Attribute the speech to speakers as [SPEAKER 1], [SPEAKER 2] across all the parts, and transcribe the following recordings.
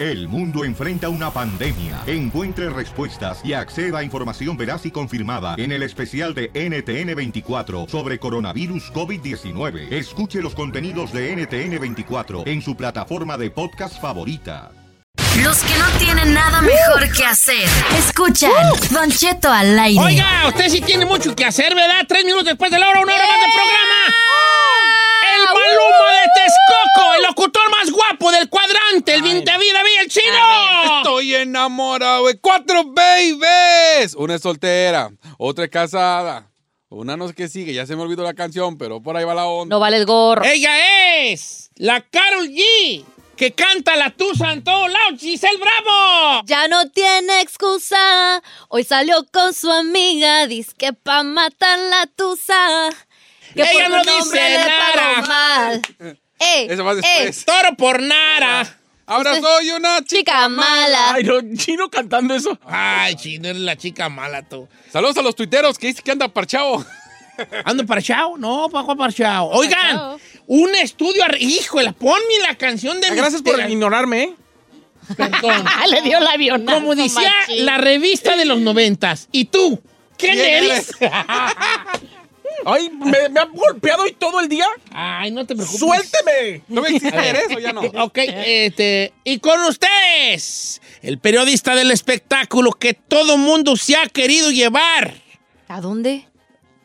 [SPEAKER 1] El mundo enfrenta una pandemia. Encuentre respuestas y acceda a información veraz y confirmada en el especial de NTN24 sobre coronavirus COVID-19. Escuche los contenidos de NTN24 en su plataforma de podcast favorita.
[SPEAKER 2] Los que no tienen nada mejor que hacer. Escuchan Don Cheto al aire.
[SPEAKER 3] Oiga, usted sí tiene mucho que hacer, ¿verdad? Tres minutos después de la hora, una hora más
[SPEAKER 4] ¡Eh!
[SPEAKER 3] del programa. El
[SPEAKER 4] ¡Ah!
[SPEAKER 3] Maluma de
[SPEAKER 4] ¡Uh!
[SPEAKER 3] Texcoco, el locutor más guapo del cuadrante, el Vin- David David, el chino.
[SPEAKER 4] Estoy enamorado de cuatro babies. Una es soltera, otra es casada. Una no sé qué sigue, ya se me olvidó la canción, pero por ahí va la onda.
[SPEAKER 5] No vale el gorro.
[SPEAKER 3] Ella es la Carol G, que canta la tusa en todos lados, Giselle Bravo.
[SPEAKER 5] Ya no tiene excusa. Hoy salió con su amiga. Dice que pa' matar la tusa. Que
[SPEAKER 3] Ella
[SPEAKER 5] por
[SPEAKER 3] no
[SPEAKER 5] tu nombre
[SPEAKER 3] dice
[SPEAKER 5] le
[SPEAKER 3] nada.
[SPEAKER 5] pagó mal. Ey,
[SPEAKER 4] Eso va
[SPEAKER 5] ey,
[SPEAKER 4] después.
[SPEAKER 3] Toro por Nara.
[SPEAKER 4] Ahora soy una chica.
[SPEAKER 5] chica mala.
[SPEAKER 6] Ay, no, chino cantando eso.
[SPEAKER 3] Ay, chino, eres la chica mala tú.
[SPEAKER 4] Saludos a los tuiteros que dicen que anda parchao.
[SPEAKER 3] ¿Ando parchao? No, Paco parchao. Oigan,
[SPEAKER 5] Parchao.
[SPEAKER 3] un estudio... arri- Híjole, ponme la canción de...
[SPEAKER 6] Gracias por
[SPEAKER 3] Mr.
[SPEAKER 6] ignorarme, ¿eh?
[SPEAKER 3] Perdón.
[SPEAKER 5] Le dio el avión.
[SPEAKER 3] Como decía la revista de los noventas. ¿Y tú? ¿Quién
[SPEAKER 4] ¿Quién
[SPEAKER 3] eres?
[SPEAKER 6] Ay, me, me han golpeado hoy todo el día.
[SPEAKER 3] Ay, no te preocupes.
[SPEAKER 6] ¡Suélteme!
[SPEAKER 4] ¿No me existe eso? Ya no.
[SPEAKER 3] Ok, este, y con ustedes, el periodista del espectáculo que todo mundo se ha querido llevar.
[SPEAKER 5] ¿A dónde?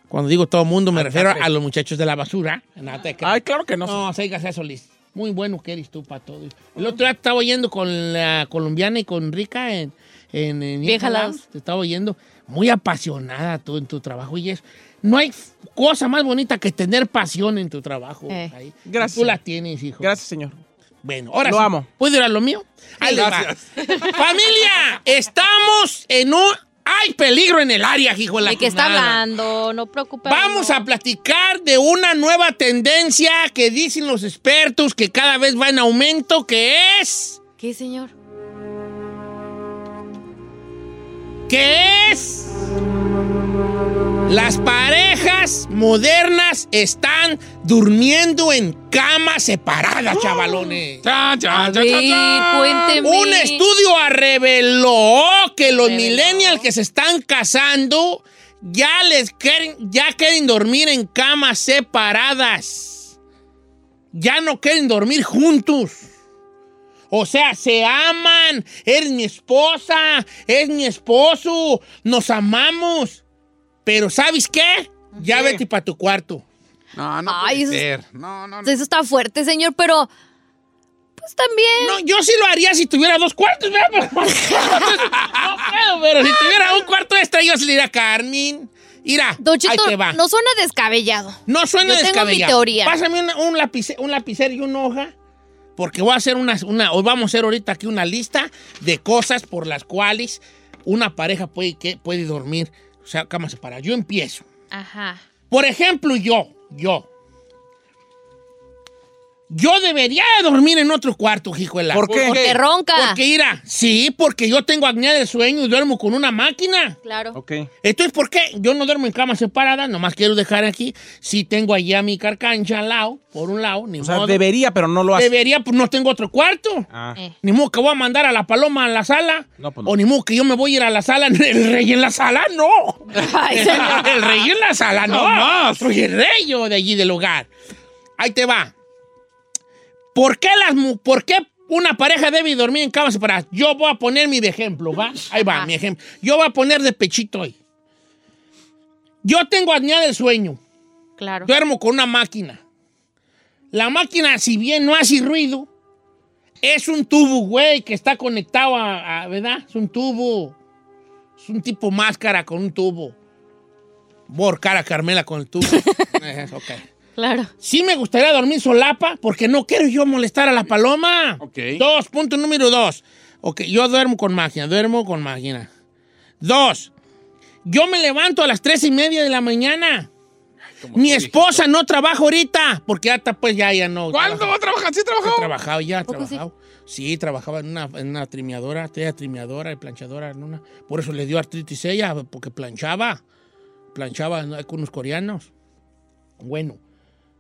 [SPEAKER 3] Cuando digo todo mundo, me refiero a los muchachos de la basura. No, te creas.
[SPEAKER 6] Ay, claro que no.
[SPEAKER 3] no, Seiga sea Solís. Muy bueno que eres tú para todo. El otro día te estaba oyendo con la colombiana y con Rica en... en, en
[SPEAKER 5] Bien
[SPEAKER 3] Instagram.
[SPEAKER 5] jalados.
[SPEAKER 3] Te estaba oyendo muy apasionada tú en tu trabajo y eso. No hay f- cosa más bonita que tener pasión en tu trabajo.
[SPEAKER 5] Eh.
[SPEAKER 3] Ahí.
[SPEAKER 6] Gracias.
[SPEAKER 3] Tú la tienes, hijo.
[SPEAKER 6] Gracias, señor.
[SPEAKER 3] Bueno, ahora
[SPEAKER 6] Lo
[SPEAKER 3] sí.
[SPEAKER 6] amo.
[SPEAKER 3] ¿Puedo ir a lo mío? Ahí les va.
[SPEAKER 4] Gracias.
[SPEAKER 3] Familia, estamos en un... Hay peligro en el área, hijo de la
[SPEAKER 5] El que está
[SPEAKER 3] chingada.
[SPEAKER 5] hablando, no preocupes.
[SPEAKER 3] Vamos a platicar de una nueva tendencia que dicen los expertos que cada vez va en aumento, que es...
[SPEAKER 5] ¿Qué, señor?
[SPEAKER 3] que es? Las parejas modernas están durmiendo en camas separadas, chavalones.
[SPEAKER 4] Chan,
[SPEAKER 5] A
[SPEAKER 4] chan, chan, chan,
[SPEAKER 5] ver,
[SPEAKER 4] chan.
[SPEAKER 5] cuénteme.
[SPEAKER 3] Un estudio reveló que los
[SPEAKER 5] Reveló.
[SPEAKER 3] millennials que se están casando ya les quieren, ya quieren dormir en camas separadas. Ya no quieren dormir juntos. O sea, se aman. Eres mi esposa, es mi esposo, nos amamos. Pero ¿sabes qué? Ya vete para tu cuarto.
[SPEAKER 4] No, no
[SPEAKER 5] Ay,
[SPEAKER 4] puede
[SPEAKER 5] eso
[SPEAKER 4] ser. No, no, no.
[SPEAKER 5] Eso está fuerte, señor, pero. Pues también.
[SPEAKER 3] No, yo sí lo haría si tuviera dos cuartos, ¿verdad? Pero- pues, no puedo, pero si tuviera un cuarto extra, yo se le diría a Carmen. Mira,
[SPEAKER 5] Don
[SPEAKER 3] ahí
[SPEAKER 5] Cheto,
[SPEAKER 3] te va. No,
[SPEAKER 5] no suena descabellado.
[SPEAKER 3] suena
[SPEAKER 5] yo tengo mi
[SPEAKER 3] descabellado.
[SPEAKER 5] teoría.
[SPEAKER 3] Pásame una- un, lapice- un lapicero y una hoja, porque voy a hacer una, una, o vamos a hacer ahorita aquí una lista de cosas por las cuales una pareja puede, que, puede dormir, o sea, cama separada. Yo empiezo.
[SPEAKER 5] Ajá.
[SPEAKER 3] Por ejemplo, yo, yo. Yo debería dormir en otro cuarto, hijuela.
[SPEAKER 6] ¿Por qué?
[SPEAKER 5] Te ronca.
[SPEAKER 3] Porque ira, sí, porque yo tengo acné del sueño y duermo con una máquina.
[SPEAKER 5] Claro.
[SPEAKER 6] Ok.
[SPEAKER 3] Entonces, ¿por qué? Yo no duermo en cama separada, nomás quiero dejar aquí. Si tengo allí a mi carcancha al lado, por un lado, ni
[SPEAKER 6] O sea,
[SPEAKER 3] modo.
[SPEAKER 6] debería, pero no lo hace.
[SPEAKER 3] Debería, pues no tengo otro cuarto.
[SPEAKER 6] Ah.
[SPEAKER 5] Eh.
[SPEAKER 3] Ni modo que voy a mandar a la paloma a la sala.
[SPEAKER 6] No, pues no.
[SPEAKER 3] O ni modo que yo me voy a ir a la sala, el rey en la sala, no.
[SPEAKER 5] Ay, señor.
[SPEAKER 3] el rey en la sala, no. Soy el rey yo de allí del hogar. Ahí te va. ¿Por qué las mu- por qué Una pareja debe dormir en camas separadas. Yo voy a poner mi de ejemplo, ¿va? Ahí va, mi ejemplo. Yo voy a poner de pechito hoy. Yo tengo apnea del sueño.
[SPEAKER 5] Claro.
[SPEAKER 3] Duermo con una máquina. La máquina, si bien no hace ruido, es un tubo, güey, que está conectado a, a- ¿verdad? Es un tubo. Es un tipo máscara con un tubo. Voy a ahorcar a Carmela con el tubo. Eh, ok.
[SPEAKER 5] Claro.
[SPEAKER 3] Sí me gustaría dormir solapa porque no quiero yo molestar a la paloma.
[SPEAKER 4] Ok.
[SPEAKER 3] Dos, punto número dos. Ok, yo duermo con máquina, duermo con máquina. Dos, yo me levanto a las tres y media de la mañana. Mi esposa no trabaja ahorita porque hasta pues ya, ya no.
[SPEAKER 4] ¿Cuándo va
[SPEAKER 3] trabaja.
[SPEAKER 4] a trabajar? ¿Sí
[SPEAKER 3] Ya
[SPEAKER 4] trabajó?
[SPEAKER 3] trabajaba, ya
[SPEAKER 5] poco sí?
[SPEAKER 3] trabajaba. Sí, trabajaba en una, en una trimeadora, tenía trimeadora y planchadora en una. Por eso le dio artritis ella, porque planchaba. Planchaba ¿no? con unos coreanos. Bueno,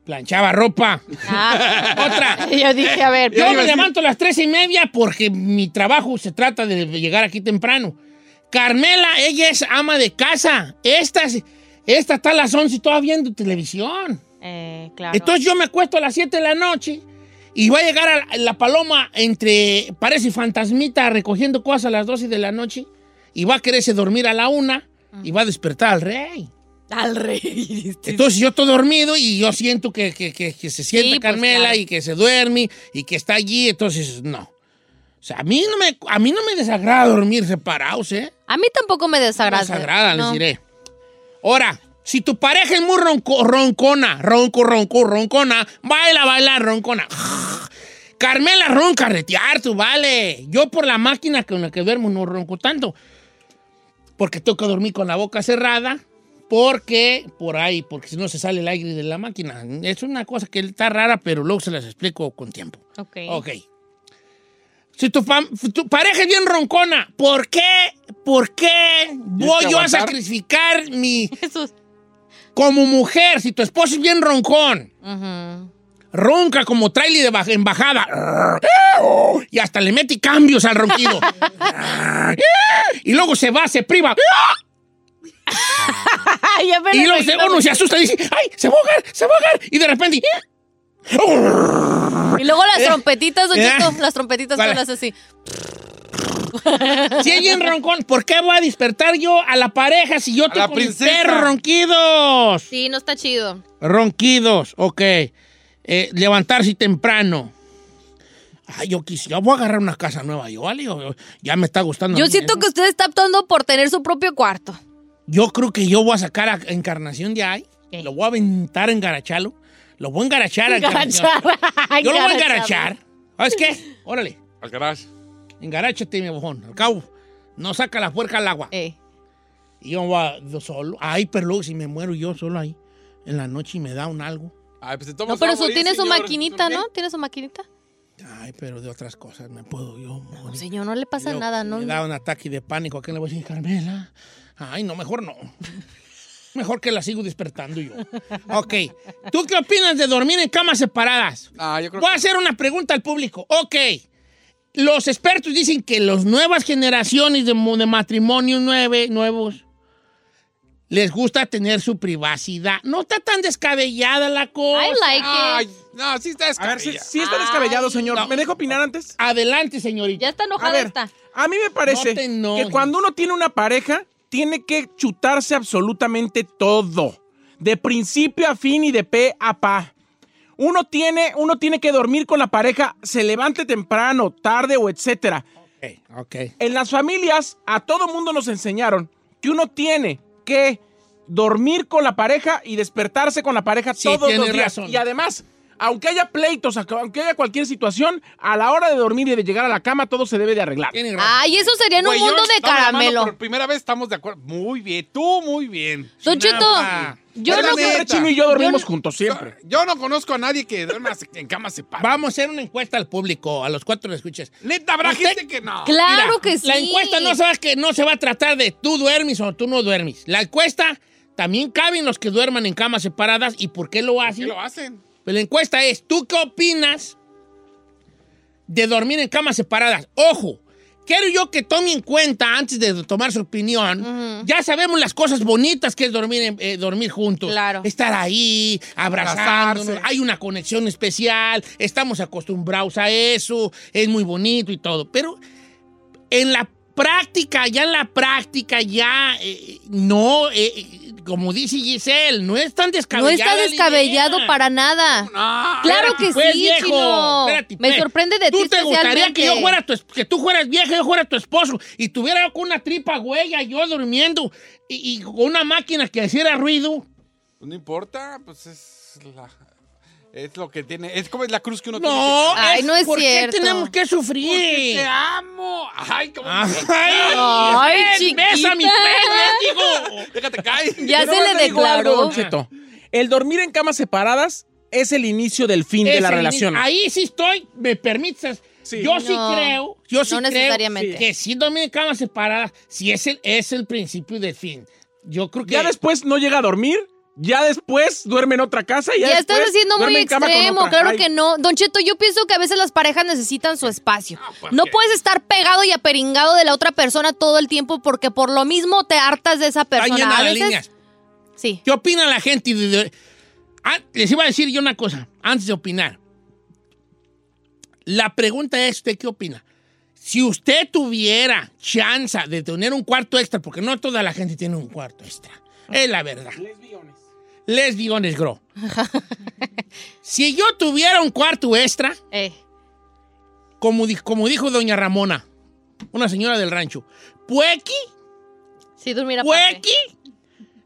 [SPEAKER 3] planchaba ropa.
[SPEAKER 5] Ah.
[SPEAKER 3] Otra.
[SPEAKER 7] Yo dije, a ver,
[SPEAKER 3] Yo
[SPEAKER 4] iba
[SPEAKER 3] me
[SPEAKER 4] a decir-
[SPEAKER 3] levanto a las tres y media porque mi trabajo se trata de llegar aquí temprano. Carmela, ella es ama de casa. Esta, es- esta está a las once y todavía viendo televisión.
[SPEAKER 7] eh, claro.
[SPEAKER 3] Entonces yo me acuesto a las 7 de la noche y va a llegar a la, la paloma entre, parece fantasmita, recogiendo cosas a las 12 de la noche y va a quererse dormir a la una
[SPEAKER 5] Ah.
[SPEAKER 3] y va a despertar al rey.
[SPEAKER 7] Al rey.
[SPEAKER 3] Entonces yo estoy dormido y yo siento que, que- que- que se sienta
[SPEAKER 5] Sí, pues,
[SPEAKER 3] Carmela
[SPEAKER 5] claro.
[SPEAKER 3] y que se duerme y que está allí, entonces no. O sea, a mí no me, a mí no me desagrada dormir separados, ¿eh?
[SPEAKER 5] A mí tampoco me desagrada.
[SPEAKER 3] Desagrada, les
[SPEAKER 5] No.
[SPEAKER 3] diré. Ahora, si tu pareja es muy ronco- roncona, ronco, ronco, roncona, baila, baila, roncona. Carmela ronca, retear, tú vale. Yo por la máquina con la que duermo no ronco tanto. Porque tengo que dormir con la boca cerrada. Porque, por ahí, porque si no se sale el aire de la máquina. Es una cosa que está rara, pero luego se las explico con tiempo.
[SPEAKER 5] Ok.
[SPEAKER 3] Ok. Si tu, fam- tu pareja es bien roncona, ¿por qué, por qué voy
[SPEAKER 4] que
[SPEAKER 3] yo a
[SPEAKER 4] aguantar?
[SPEAKER 3] sacrificar mi...
[SPEAKER 5] Jesús.
[SPEAKER 3] Como mujer, si tu esposo es bien roncón,
[SPEAKER 5] Ujú.
[SPEAKER 3] ronca como trailer de baj- embajada, y hasta le mete cambios al ronquido, y luego se va, se priva,
[SPEAKER 7] Ay, ya me
[SPEAKER 3] y
[SPEAKER 7] lo
[SPEAKER 3] luego se,
[SPEAKER 7] imagino.
[SPEAKER 3] uno se asusta y dice, ¡ay, se va a ahogar, se va a ahogar! Y de repente...
[SPEAKER 5] Y luego las trompetitas, don
[SPEAKER 3] Eh.
[SPEAKER 5] Cheto, las trompetitas
[SPEAKER 3] ¿Cuál?
[SPEAKER 5] son las así.
[SPEAKER 3] Si es bien roncón, ¿por qué voy a despertar yo a la pareja si yo
[SPEAKER 4] la
[SPEAKER 3] tengo mis
[SPEAKER 4] princesa.
[SPEAKER 3] perros ronquidos?
[SPEAKER 5] Sí, no está chido.
[SPEAKER 3] Ronquidos, ok. Eh, levantarse temprano. Ay, yo quisiera, voy a agarrar una casa nueva, yo, ¿vale? Yo- yo- ya me está gustando. a
[SPEAKER 5] Yo
[SPEAKER 3] mí
[SPEAKER 5] siento
[SPEAKER 3] eso.
[SPEAKER 5] que usted está optando por tener su propio cuarto.
[SPEAKER 3] Yo creo que yo voy a sacar a Encarnación de ahí.
[SPEAKER 5] ¿Qué?
[SPEAKER 3] Lo voy a aventar en Garachalo. Lo voy a engarachar a Encarnación.
[SPEAKER 7] Ay,
[SPEAKER 3] Yo lo voy a
[SPEAKER 7] garachado.
[SPEAKER 3] engarachar. ¿Sabes qué? Órale,
[SPEAKER 4] Al garage.
[SPEAKER 3] engaráchate, mi bojón. Al cabo, no saca la puerca al agua.
[SPEAKER 5] Eh.
[SPEAKER 3] Y yo voy a- yo solo. Ay, pero luego si me muero yo solo ahí en la noche y me da un algo.
[SPEAKER 4] Ay, pues se toma
[SPEAKER 5] No, pero
[SPEAKER 4] su
[SPEAKER 5] eso
[SPEAKER 4] agua,
[SPEAKER 5] tiene su
[SPEAKER 4] señor.
[SPEAKER 5] maquinita,
[SPEAKER 4] ¿Por qué?
[SPEAKER 5] ¿no? Tiene su maquinita. Pues,
[SPEAKER 3] Ay, pero de otras cosas me puedo yo morir.
[SPEAKER 5] Señor, no le pasa
[SPEAKER 3] Yo-
[SPEAKER 5] nada, ¿no?
[SPEAKER 3] Me da un ataque de pánico. ¿A quién le voy a decir, Carmela? Ay, no, mejor no. Mejor que la sigo despertando yo. Ok. ¿Tú qué opinas de dormir en camas separadas?
[SPEAKER 4] Ah, yo creo
[SPEAKER 3] Voy a
[SPEAKER 4] que...
[SPEAKER 3] hacer una pregunta al público. Ok. Los expertos dicen que las nuevas generaciones de, mo- de matrimonios nueve, nuevos les gusta tener su privacidad. No está tan descabellada la cosa.
[SPEAKER 5] I like it.
[SPEAKER 4] Ay, no, sí está
[SPEAKER 6] A ver, si,
[SPEAKER 4] descabellada.
[SPEAKER 6] si está descabellado,
[SPEAKER 5] Ay,
[SPEAKER 6] señor.
[SPEAKER 3] no.
[SPEAKER 6] ¿Me deja opinar antes?
[SPEAKER 3] Adelante, señorita.
[SPEAKER 5] Ya está
[SPEAKER 6] A
[SPEAKER 5] enojada
[SPEAKER 6] ver,
[SPEAKER 5] esta.
[SPEAKER 6] a mí me
[SPEAKER 3] No
[SPEAKER 6] parece
[SPEAKER 3] te enojes.
[SPEAKER 6] que cuando uno tiene una pareja, tiene que chutarse absolutamente todo. De principio a fin y de pe a pa. Uno tiene, uno tiene que dormir con la pareja, se levante temprano, tarde o etcétera.
[SPEAKER 3] Ok, ok.
[SPEAKER 6] En las familias, a todo mundo nos enseñaron que uno tiene que dormir con la pareja y despertarse con la pareja
[SPEAKER 3] Sí,
[SPEAKER 6] todos los
[SPEAKER 3] tienes
[SPEAKER 6] días.
[SPEAKER 3] razón.
[SPEAKER 6] Y además, aunque haya pleitos, aunque haya cualquier situación, a la hora de dormir y de llegar a la cama, todo se debe de arreglar.
[SPEAKER 3] Tienes razón.
[SPEAKER 5] Ay, eso sería en un
[SPEAKER 4] Güey,
[SPEAKER 5] mundo
[SPEAKER 4] George,
[SPEAKER 5] de
[SPEAKER 4] dame la mano,
[SPEAKER 5] caramelo.
[SPEAKER 4] Por primera vez estamos de acuerdo. Muy bien, tú muy bien.
[SPEAKER 5] Don Cheto,
[SPEAKER 3] Nada.
[SPEAKER 5] yo
[SPEAKER 4] Pero
[SPEAKER 5] no
[SPEAKER 4] la
[SPEAKER 5] creo.
[SPEAKER 6] Siempre
[SPEAKER 4] neta.
[SPEAKER 6] eh, Chino y yo dormimos
[SPEAKER 5] Yo no-
[SPEAKER 6] juntos,
[SPEAKER 4] Yo,
[SPEAKER 6] siempre.
[SPEAKER 4] yo no conozco a nadie que duerma se- en cama separada.
[SPEAKER 3] Vamos a hacer una encuesta al público, a los cuatro que escuches.
[SPEAKER 4] Neta, habrá
[SPEAKER 3] Usted-
[SPEAKER 4] gente que no.
[SPEAKER 5] Claro que sí.
[SPEAKER 3] La encuesta no se, va, que no se va a tratar de tú duermes o tú no duermes. La encuesta también caben los que duerman en camas separadas y por qué lo
[SPEAKER 4] ¿Qué
[SPEAKER 3] hacen.
[SPEAKER 4] lo hacen?
[SPEAKER 3] Pero Pues la encuesta es, ¿tú qué opinas de dormir en camas separadas? Ojo, quiero yo que tome en cuenta antes de tomar su opinión. Ya sabemos las cosas bonitas que es dormir, en- eh, dormir juntos.
[SPEAKER 7] Claro.
[SPEAKER 3] Estar ahí, abrazándonos.
[SPEAKER 4] Abrazarse.
[SPEAKER 3] Hay una conexión especial. Estamos acostumbrados a eso. Es muy bonito y todo. Pero en la práctica, ya en la práctica, ya eh, no, eh, eh, como dice Giselle, no es tan
[SPEAKER 5] No
[SPEAKER 3] descabellado.
[SPEAKER 5] está descabellado
[SPEAKER 6] ¿eh?
[SPEAKER 5] para nada.
[SPEAKER 3] No,
[SPEAKER 5] Claro
[SPEAKER 3] espérate,
[SPEAKER 5] que
[SPEAKER 3] pues,
[SPEAKER 5] sí,
[SPEAKER 3] viejo.
[SPEAKER 5] chino.
[SPEAKER 3] Espérate,
[SPEAKER 5] Me
[SPEAKER 3] pues.
[SPEAKER 5] sorprende de ti
[SPEAKER 3] ¿Tú te gustaría que, yo
[SPEAKER 5] especialmente.
[SPEAKER 3] fuera tu es- que tú fueras vieja, yo fuera tu esposo y tuviera yo con una tripa huella, yo durmiendo y, y con una máquina que hiciera ruido?
[SPEAKER 4] No importa, pues es la- Es lo que tiene. Es como es la cruz que uno tiene.
[SPEAKER 3] No,
[SPEAKER 5] Ay, no es
[SPEAKER 3] ¿por
[SPEAKER 5] cierto.
[SPEAKER 3] qué tenemos que
[SPEAKER 4] que-
[SPEAKER 3] sufrir?
[SPEAKER 4] ¡Te amo! ¡Ay, cómo!
[SPEAKER 5] Ah.
[SPEAKER 3] ¡Ay,
[SPEAKER 7] Ay,
[SPEAKER 3] ¡Besa mi
[SPEAKER 7] chiquita.
[SPEAKER 3] pene, digo!
[SPEAKER 4] ¡Déjate caer!
[SPEAKER 5] Ya
[SPEAKER 6] Yo
[SPEAKER 5] se
[SPEAKER 6] nomás
[SPEAKER 5] le
[SPEAKER 6] digo algo,
[SPEAKER 5] declaró.
[SPEAKER 6] Don Cheto. El dormir en camas separadas es el inicio del fin de
[SPEAKER 3] Es
[SPEAKER 6] la
[SPEAKER 3] el
[SPEAKER 6] relación.
[SPEAKER 3] ini- Ahí sí estoy, me permites.
[SPEAKER 4] Sí.
[SPEAKER 3] Yo sí
[SPEAKER 5] No,
[SPEAKER 3] creo, yo sí
[SPEAKER 5] no
[SPEAKER 3] creo
[SPEAKER 5] necesariamente.
[SPEAKER 3] que si dormir en camas separadas, si es el, es el principio del fin. Yo creo que...
[SPEAKER 6] Ya después no llega a dormir, ya después duerme en otra casa y ya,
[SPEAKER 5] Ya, estás
[SPEAKER 6] después
[SPEAKER 5] haciendo muy
[SPEAKER 6] duerme en cama con
[SPEAKER 5] extremo,
[SPEAKER 6] otra.
[SPEAKER 5] claro
[SPEAKER 6] Ay,
[SPEAKER 5] que no. Don Cheto, yo pienso que a veces las parejas necesitan su espacio.
[SPEAKER 6] Ah, pues
[SPEAKER 5] No puedes estar pegado y aperingado de la otra persona todo el tiempo porque por lo mismo te hartas de esa
[SPEAKER 3] Están
[SPEAKER 5] persona.
[SPEAKER 3] llenas
[SPEAKER 5] A
[SPEAKER 3] las
[SPEAKER 5] veces,
[SPEAKER 3] líneas.
[SPEAKER 5] sí.
[SPEAKER 3] ¿Qué opina la gente? de- de- Ah, les iba a decir yo una cosa, antes de opinar. La pregunta es, ¿usted qué opina? Si usted tuviera chance de tener un cuarto extra, porque no toda la gente tiene un cuarto extra, es la verdad. Lesbiones, gro. si yo tuviera un cuarto extra,
[SPEAKER 5] Eh.
[SPEAKER 3] como, di- como dijo doña Ramona, una señora del rancho, pues puequi,
[SPEAKER 5] Sí, durmiera
[SPEAKER 3] puequi.